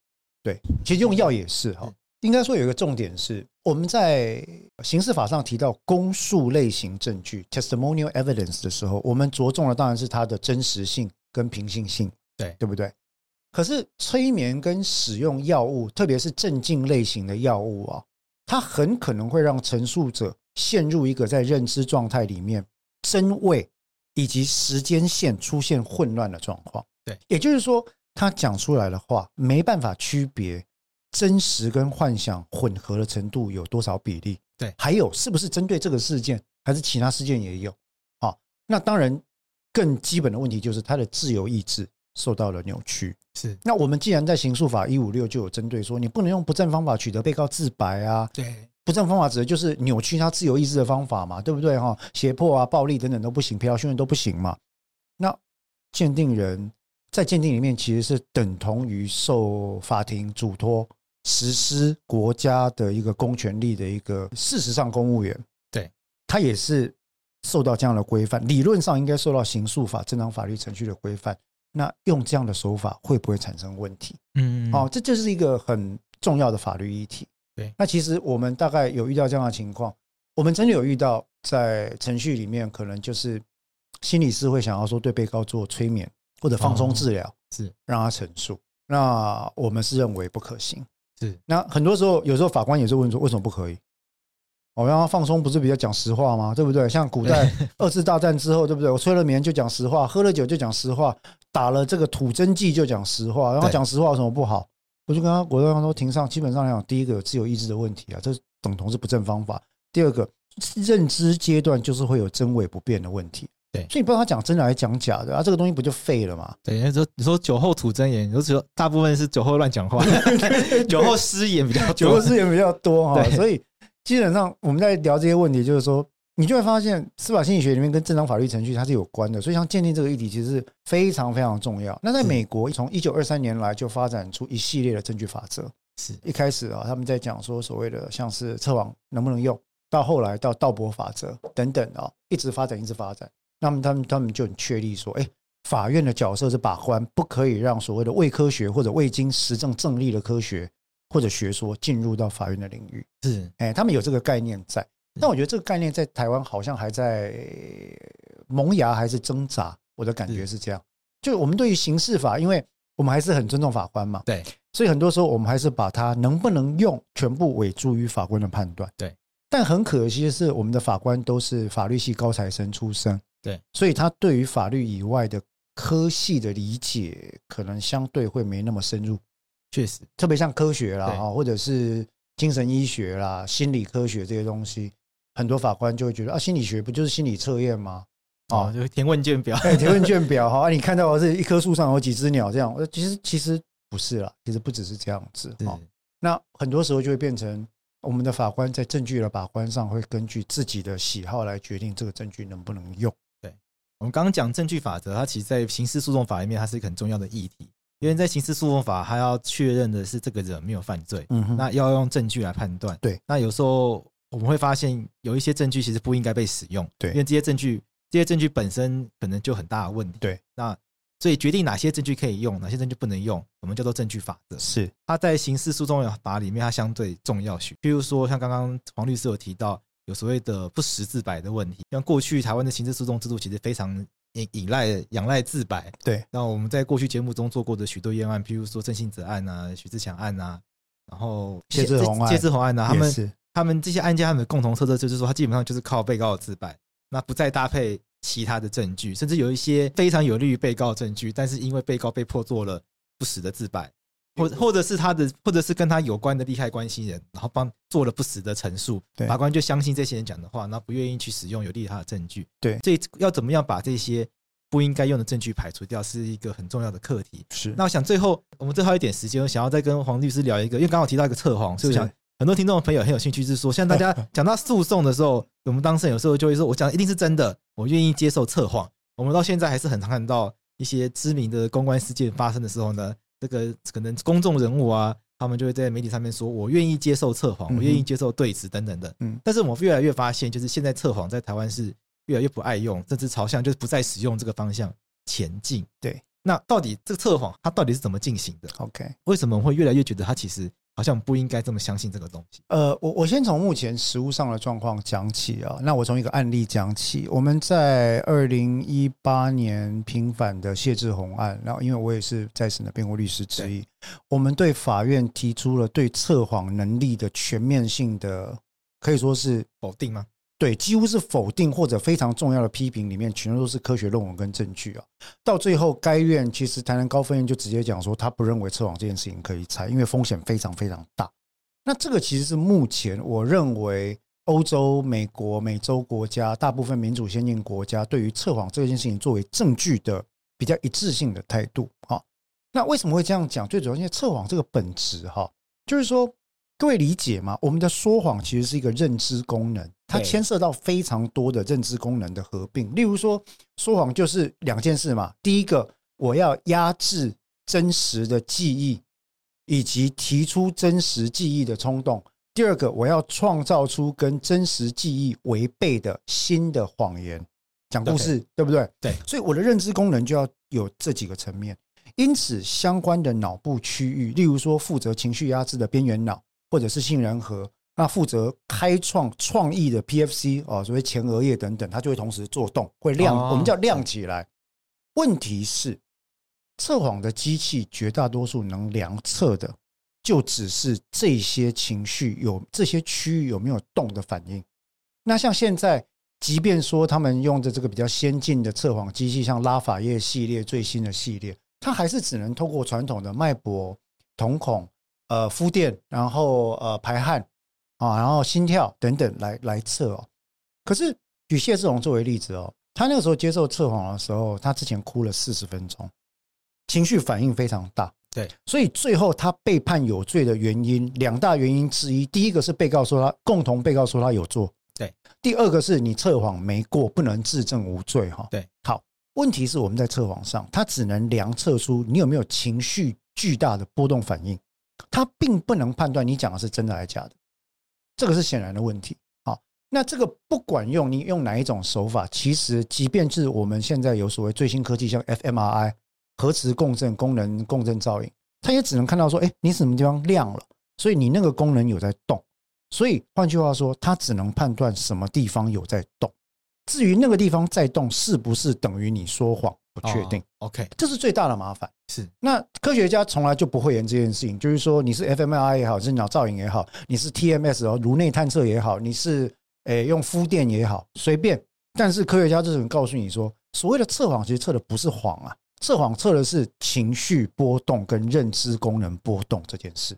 S2: 对，其实用药也是哈
S1: 嗯。
S2: 应该说有一个重点是，我们在刑事法上提到公诉类型证据 （testimonial evidence） 的时候，我们着重的当然是它的真实性跟平信性，
S1: 对
S2: 对不对？可是催眠跟使用药物，特别是镇静类型的药物啊，它很可能会让陈述者陷入一个在认知状态里面真伪以及时间线出现混乱的状况。
S1: 对，
S2: 也就是说，他讲出来的话没办法区别真实跟幻想混合的程度有多少比例。
S1: 对
S2: 还有是不是针对这个事件，还是其他事件也有？好、那当然更基本的问题就是他的自由意志受到了扭曲。
S1: 是，
S2: 那我们既然在刑诉法一五六就有针对说，你不能用不正方法取得被告自白啊，
S1: 对，
S2: 不正方法指的就是扭曲他自由意志的方法嘛，对不对哈？胁迫啊、暴力等等都不行，疲劳训练都不行嘛。那鉴定人在鉴定里面其实是等同于受法庭嘱托实施国家的一个公权力的一个，事实上公务员
S1: 对
S2: 他也是受到这样的规范，理论上应该受到刑诉法正当法律程序的规范。那用这样的手法会不会产生问题？
S1: 嗯，
S2: 哦，，这就是一个很重要的法律议题。
S1: 对
S2: 那其实我们大概有遇到这样的情况，我们真的有遇到在程序里面，可能就是心理师会想要说对被告做催眠或者放松治疗，
S1: 哦是
S2: 让他陈述。那我们是认为不可行。
S1: 是，
S2: 那很多时候，有时候法官也是问说为什么不可以？哦，让他放松不是比较讲实话吗？对不对？像古代二次大战之后，对不对？我催了眠就讲实话，喝了酒就讲实话，打了这个吐真剂就讲实话，然后
S1: 对
S2: 讲实话有什么不好？我就跟他我就跟他说，庭上基本上来讲，第一个有自由意志的问题啊，这等同是不正方法；第二个，认知阶段就是会有真伪不变的问题。
S1: 对
S2: 所以你不知道他讲真的还是讲假的啊，这个东西不就废了吗？
S1: 对，那时候你说酒后吐真言，有时候大部分是酒后乱讲 话，酒后失言比较多。
S2: 酒后失言比较多哈，
S1: 对
S2: 所以基本上我们在聊这些问题，就是说，你就会发现司法心理学里面跟正当法律程序它是有关的，所以像鉴定这个议题其实是非常非常重要。那在
S1: 是
S2: 美国，从一九二三年来就发展出一系列的证据法则，
S1: 是
S2: 一开始啊，他们在讲说所谓的像是测谎能不能用，到后来到道博法则等等啊，一直发展一直发展。那么他们他们就很确立说，哎、法院的角色是把关，不可以让所谓的伪科学或者未经实证证立的科学或者学说进入到法院的领域。
S1: 是
S2: 哎、他们有这个概念在，
S1: 嗯
S2: 但我觉得这个概念在台湾好像还在萌芽，还是挣扎。我的感觉
S1: 嗯
S2: 是这样，就是我们对于刑事法，因为我们还是很尊重法官嘛，
S1: 对，
S2: 所以很多时候我们还是把它能不能用全部委注于法官的判断。
S1: 对，
S2: 但很可惜的是，我们的法官都是法律系高材生出身，
S1: 对，
S2: 所以他对于法律以外的科系的理解可能相对会没那么深入，
S1: 确实，
S2: 特别像科学啦，哦
S1: 对
S2: 哈，或者是精神医学啦、心理科学这些东西，很多法官就会觉得啊，心理学不就是心理测验 吗？
S1: 哦，就填问卷表，
S2: 哎，填问卷表哈、啊，你看到这一棵树上有几只鸟这样，呃其实其实不是啦，其实不只是这样子
S1: 是
S2: 哈、哦。那很多时候就会变成我们的法官在证据的把关上，会根据自己的喜好来决定这个证据能不能用。
S1: 我们刚刚讲证据法则，它其实在刑事诉讼法里面，它是一个很重要的议题，因为在刑事诉讼法，它要确认的是这个人没有犯罪，
S2: 嗯哼
S1: 那要用证据来判断。
S2: 对，
S1: 那有时候我们会发现有一些证据其实不应该被使用，
S2: 对
S1: 因为这些证据，这些证据本身可能就很大的问题。
S2: 对，
S1: 那所以决定哪些证据可以用，哪些证据不能用，我们叫做证据法则。
S2: 是
S1: 它在刑事诉讼法里面，它相对重要许。譬如说，像刚刚黄律师有提到，有所谓的不实自白的问题。像过去台湾的刑事诉讼制度其实非常依依赖仰赖自白。
S2: 对，
S1: 那我们在过去节目中做过的许多冤案，譬如说郑信哲案啊、许志强案啊，然后
S2: 谢志宏案
S1: 谢志宏案啊，他
S2: 也
S1: 们
S2: 是
S1: 他们这些案件他们的共同特色就是说，他基本上就是靠被告的自白，那不再搭配其他的证据，甚至有一些非常有利于被告的证据，但是因为被告被迫做了不实的自白，或或者是他的，或者是跟他有关的利害关系人，然后帮做了不实的陈述，
S2: 对
S1: 法官就相信这些人讲的话，那不愿意去使用有利于他的证据。
S2: 对
S1: 所以要怎么样把这些不应该用的证据排除掉，是一个很重要的课题。
S2: 是
S1: 那我想最后我们最后一点时间，我想要再跟黄律师聊一个，因为刚好提到一个测谎，所以我
S2: 是
S1: 想很多听众朋友很有兴趣，就是说，像大 家讲到诉讼的时候，我们当事人有时候就会说，我讲的一定是真的，我愿意接受测谎。我们到现在还是很常看到一些知名的公关事件发生的时候呢，这个可能公众人物啊，他们就会在媒体上面说，我愿意接受测谎，我愿意
S2: 嗯哼
S1: 接受对质等等的。
S2: 嗯
S1: 但是我们越来越发现，就是现在测谎在台湾是越来越不爱用，甚至朝向就是不再使用这个方向前进。
S2: 对，
S1: 那到底这个测谎它到底是怎么进行的？
S2: OK。
S1: 为什么我们会越来越觉得它其实好像不应该这么相信这个东西？
S2: 呃，我我先从目前实物上的状况讲起啊。那我从一个案例讲起，我们在二零一八年平反的谢志宏案，然后因为我也是在审的辩护律师之一，我们对法院提出了对测谎能力的全面性的，可以说是
S1: 否定吗？
S2: 对，几乎是否定或者非常重要的批评里面，全都是科学论文跟证据啊。到最后，该院其实台南高分院就直接讲说，他不认为测谎这件事情可以拆，因为风险非常非常大。那这个其实是目前我认为欧洲、美国、美洲国家大部分民主先进国家对于测谎这件事情作为证据的比较一致性的态度啊。那为什么会这样讲？最主要因为测谎这个本质哈、就是说各位理解吗？我们的说谎其实是一个认知功能，它
S1: 对
S2: 牵涉到非常多的认知功能的合并。例如说，说谎就是两件事嘛。第一个，我要压制真实的记忆，以及提出真实记忆的冲动；第二个，我要创造出跟真实记忆违背的新的谎言。讲故事对不对？
S1: 对
S2: 所以我的认知功能就要有这几个层面。因此，相关的脑部区域，例如说负责情绪压制的边缘脑，或者是杏仁核，那负责开创创意的 PFC 哦，所谓前额叶等等，它就会同时做动，会亮，
S1: 哦
S2: 我们叫亮起来。问题是，测谎的机器绝大多数能量测的，就只是这些情绪有这些区域有没有动的反应。那像现在，即便说他们用的这个比较先进的测谎机器，像拉法叶系列最新的系列，它还是只能透过传统的脉搏、瞳孔、呃敷垫，然后呃排汗啊，然后心跳等等来来测哦。可是以谢志宏作为例子哦，他那个时候接受测谎的时候，他之前哭了四十分钟，情绪反应非常大。
S1: 对，
S2: 所以最后他被判有罪的原因，两大原因之一，第一个是被告说他共同被告说他有做，
S1: 对；
S2: 第二个是你测谎没过，不能自证无罪哈。
S1: 对，
S2: 好，问题是我们在测谎上，它只能量测出你有没有情绪巨大的波动反应，它并不能判断你讲的是真的还是假的，这个是显然的问题。好，那这个不管用，你用哪一种手法，其实即便是我们现在有所谓最新科技，像 fMRI 核磁共振功能共振造影，它也只能看到说，哎，你什么地方亮了，所以你那个功能有在动。所以换句话说，它只能判断什么地方有在动。至于那个地方在动是不是等于你说谎，不确定，
S1: 哦 OK，
S2: 这是最大的麻烦。
S1: 是
S2: 那科学家从来就不会言这件事情，就是说你是 fMRI 也好，是脑造影也好，你是 TMS 哦，颅内探测也好，你是诶用敷垫也好，随便。但是科学家就是告诉你说，所谓的测谎其实测的不是谎啊，测谎测的是情绪波动跟认知功能波动这件事。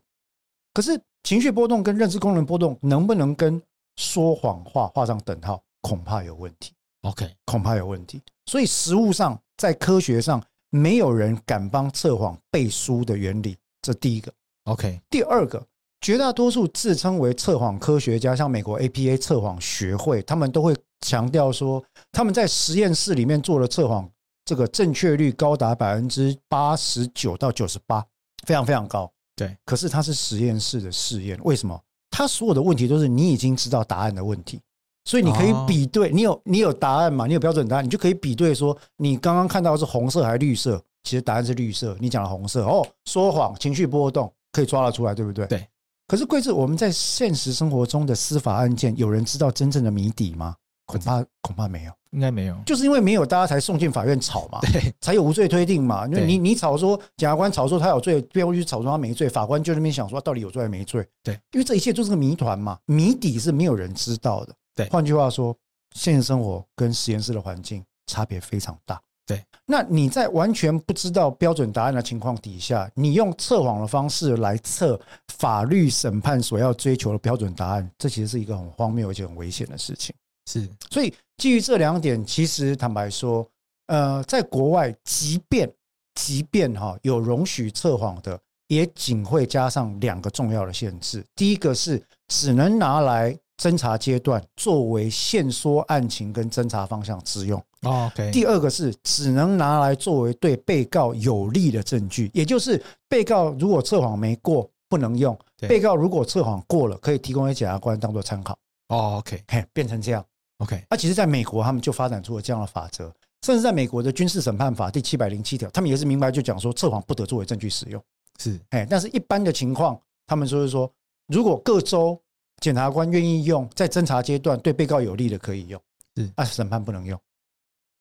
S2: 可是情绪波动跟认知功能波动能不能跟说谎话画上等号，恐怕有问题，
S1: OK，
S2: 恐怕有问题。所以实物上，在科学上，没有人敢帮测谎背书的原理，这第一个。
S1: OK，
S2: 第二个，绝大多数自称为测谎科学家，像美国 APA 测谎学会，他们都会强调说，他们在实验室里面做的测谎，这个正确率高达百分之八十九到九十八，非常非常高。
S1: 对，
S2: 可是它是实验室的试验，为什么？它所有的问题都是你已经知道答案的问题，所以你可以
S1: 哦
S2: 比对，你有你有答案嘛？你有标准答案，你就可以比对说，你刚刚看到的是红色还是绿色？其实答案是绿色，你讲了红色哦，说谎、情绪波动可以抓得出来，对不对？
S1: 对。
S2: 可是贵志，我们在现实生活中的司法案件，有人知道真正的谜底吗？恐怕恐怕没有，
S1: 应该没有。
S2: 就是因为没有，大家才送进法院吵嘛。
S1: 对
S2: 才有无罪推定嘛。因为
S1: 对
S2: 你你吵说检察官吵说他有罪，辩护律师吵说他没罪，法官就在那边想说啊到底有罪还没罪？
S1: 对，
S2: 因为这一切就是个谜团嘛，谜底是没有人知道的。
S1: 对
S2: 换句话说，现实生活跟实验室的环境差别非常大。
S1: 对，
S2: 那你在完全不知道标准答案的情况底下，你用测谎的方式来测法律审判所要追求的标准答案，这其实是一个很荒谬而且很危险的事情。
S1: 是
S2: 所以基于这两点，其实坦白说，呃，在国外，即便即便哈、有容许测谎的，也仅会加上两个重要的限制。第一个是只能拿来侦查阶段作为线索案情跟侦查方向之用；
S1: 哦 OK，
S2: 第二个是只能拿来作为对被告有利的证据，也就是被告如果测谎没过不能用，
S1: 对
S2: 被告如果测谎过了，可以提供给检察官当做参考。
S1: 哦 OK
S2: 嘿，变成这样。
S1: OK
S2: 啊，其实在美国他们就发展出了这样的法则，甚至在美国的军事审判法第七百零七条，他们也是明白就讲说测谎不得作为证据使用。
S1: 是
S2: 哎，但是一般的情况，他们就是说，如果各州检察官愿意用，在侦查阶段对被告有利的可以用，
S1: 是
S2: 啊，审判不能用。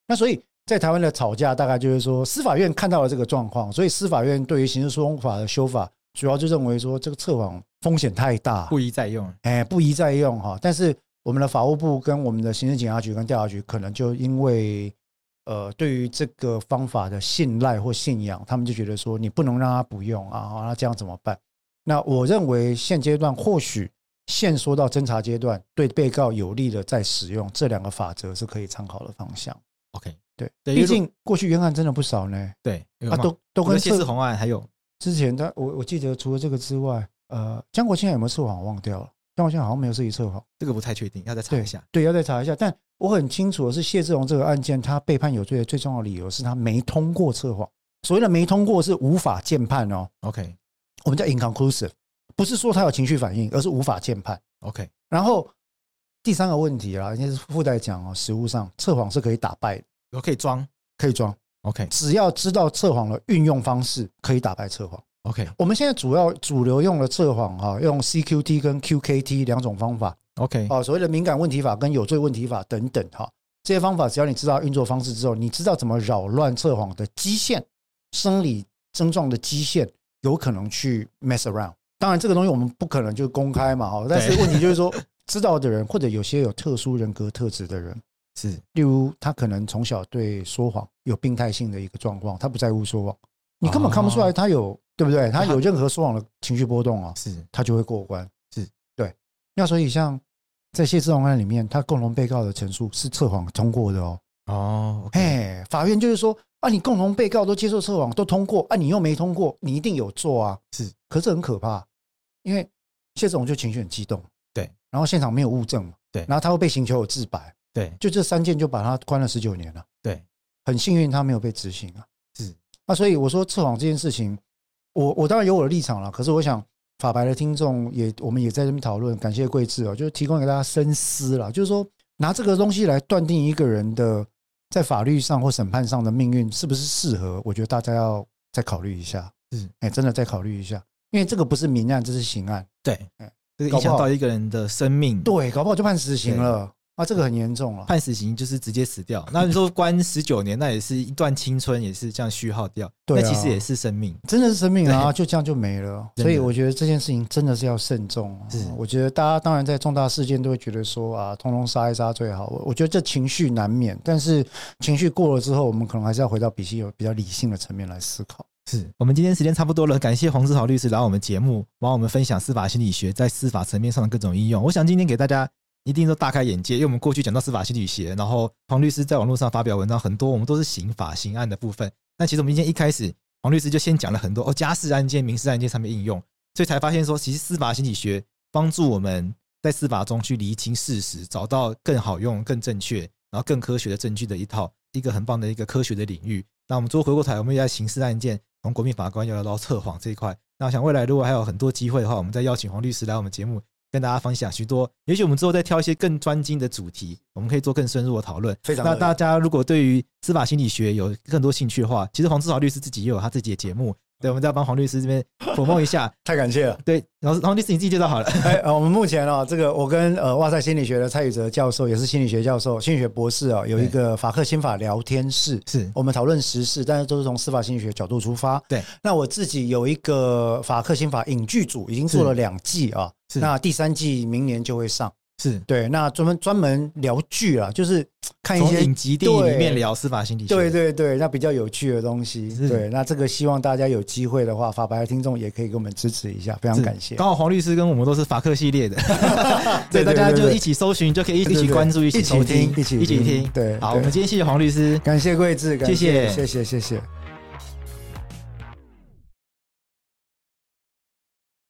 S2: 那所以在台湾的吵架，大概就是说，司法院看到了这个状况，所以司法院对于刑事诉讼法的修法，主要就认为说这个测谎风险太大，啊
S1: 不宜再用。
S2: 哎，不宜再用哈。但是我们的法务部跟我们的刑事警察局跟调查局，可能就因为呃对于这个方法的信赖或信仰，他们就觉得说你不能让他不用啊，好那这样怎么办？那我认为现阶段或许限缩到侦查阶段，对被告有利的再使用这两个法则是可以参考的方向。
S1: OK，
S2: 对，
S1: 对
S2: 毕
S1: 因为
S2: 竟过去冤案真的不少呢，
S1: 对，因为
S2: 啊，
S1: 嘛
S2: 都都
S1: 除了
S2: 跟
S1: 谢
S2: 测
S1: 志宏案还有
S2: 之前他我我记得除了这个之外，呃，江国庆有没有测谎我忘掉了，江国庆好像没有自己测谎。
S1: 这个不太确定，要再查
S2: 对
S1: 一下。
S2: 对，要再查一下。但我很清楚的是，谢志荣这个案件，他被判有罪的最重要的理由是他没通过测谎。所谓的没通过是无法鉴判哦，
S1: OK
S2: 我们叫 inconclusive，不是说他有情绪反应，而是无法鉴判。
S1: OK
S2: 然后第三个问题啦，应该是附带讲哦，实物上测谎是可以打败的，
S1: 我可以装
S2: 可以装，
S1: OK
S2: 只要知道测谎的运用方式，可以打败测谎。
S1: OK
S2: 我们现在主要主流用的测谎哈、用 CQT 跟 QKT 两种方法，
S1: OK
S2: 哦，所谓的敏感问题法跟有罪问题法等等哈、这些方法只要你知道运作方式之后，你知道怎么扰乱测谎的基线、生理症状的基线，有可能去 mess around。当然，这个东西我们不可能就公开嘛，哈。但是问题就是说，知道的人或者有些有特殊人格特质的人，
S1: 是
S2: 例如他可能从小对说谎有病态性的一个状况，他不在乎说谎，你根本看不出来他有，对不对？他有任何说谎的情绪波动啊。
S1: 是
S2: 他就会过关。
S1: 是
S2: 对。那所以像在谢志宏案里面，他共同被告的陈述是测谎通过的哦。
S1: 哦 OK
S2: 哎，法院就是说啊，你共同被告都接受测谎都通过啊，你又没通过，你一定有做啊。
S1: 是，
S2: 可是很可怕，因为谢志宏就情绪很激动，
S1: 对，
S2: 然后现场没有物证嘛，
S1: 对
S2: 然后他会被刑求有自白，
S1: 对
S2: 就这三件就把他关了十九年了。
S1: 对
S2: 很幸运他没有被执行啊。
S1: 是
S2: 那所以我说测谎这件事情，我我当然有我的立场了，可是我想法白的听众也，我们也在这边讨论，感谢贵志哦，就是提供给大家深思了，就是说拿这个东西来断定一个人的在法律上或审判上的命运是不是适合，我觉得大家要再考虑一下，
S1: 是，
S2: 哎，真的再考虑一下，因为这个不是民案，这是刑案，
S1: 对
S2: 哎，
S1: 这个
S2: 搞
S1: 影
S2: 不好
S1: 响到一个人的生命。
S2: 对，搞不好就判死刑了，啊，这个很严重了。
S1: 判死刑就是直接死掉。那你说关十九年，那也是一段青春，也是这样虚耗掉。
S2: 对啊
S1: 那其实也是生命。
S2: 真的是生命啊，就这样就没了。
S1: 真的
S2: 所以我觉得这件事情真的是要慎重啊
S1: 是。
S2: 我觉得大家当然在重大事件都会觉得说啊，通通杀一杀最好。我我觉得这情绪难免，但是情绪过了之后，我们可能还是要回到比较比较理性的层面来思考。
S1: 是我们今天时间差不多了，感谢黄志豪律师来我们节目，帮我们分享司法心理学在司法层面上的各种应用。我想今天给大家一定都大开眼界，因为我们过去讲到司法心理学，然后黄律师在网络上发表文章很多，我们都是刑法刑案的部分。但其实我们今天一开始，黄律师就先讲了很多哦，家事案件、民事案件上面应用，所以才发现说，其实司法心理学帮助我们在司法中去厘清事实，找到更好用、更正确，然后更科学的证据的一套，一个很棒的一个科学的领域。那我们最后回过头来，我们也在刑事案件从国民法官要聊到测谎这一块。那我想未来如果还有很多机会的话，我们再邀请黄律师来我们节目跟大家分享许多，也许我们之后再挑一些更专精的主题，我们可以做更深入的讨论。
S2: 非常
S1: 那大家如果对于司法心理学有更多兴趣的话，其实黄志豪律师自己也有他自己的节目，对，我们再帮黄律师这边 f o 一下。
S2: 太感谢了。
S1: 对，然后黄律师你自己介绍好了。
S2: 哎，呃我们目前哦，这个我跟呃哇塞心理学的蔡宇哲教授也是心理学教授、心理学博士哦，有一个法克心法聊天室，
S1: 是
S2: 我们讨论时事，但是都是从司法心理学角度出发。
S1: 对，
S2: 那我自己有一个法克刑法影剧组，已经做了两季啊
S1: 是，
S2: 那第三季明年就会上。
S1: 是，
S2: 对，那专门专门聊剧啊，就是看一
S1: 从
S2: 些
S1: 影集电影里面
S2: 对
S1: 聊司法心理学。
S2: 对对对，那比较有趣的东西
S1: 是。
S2: 对，那这个希望大家有机会的话，法白的听众也可以给我们支持一下，非常
S1: 是
S2: 感谢。
S1: 刚好黄律师跟我们都是法克系 列的，对
S2: 对
S1: 大
S2: 对
S1: 家
S2: 对
S1: 就
S2: 对
S1: 一起搜寻，就可以一
S2: 对
S1: 一
S2: 对
S1: 起
S2: 对
S1: 关注，一起
S2: 一起
S1: 收听，
S2: 听一起
S1: 一起
S2: 听
S1: 听。
S2: 对
S1: 好，
S2: 对
S1: 我们今天谢谢黄律师，
S2: 感谢桂智，感
S1: 谢谢
S2: 谢谢谢谢谢。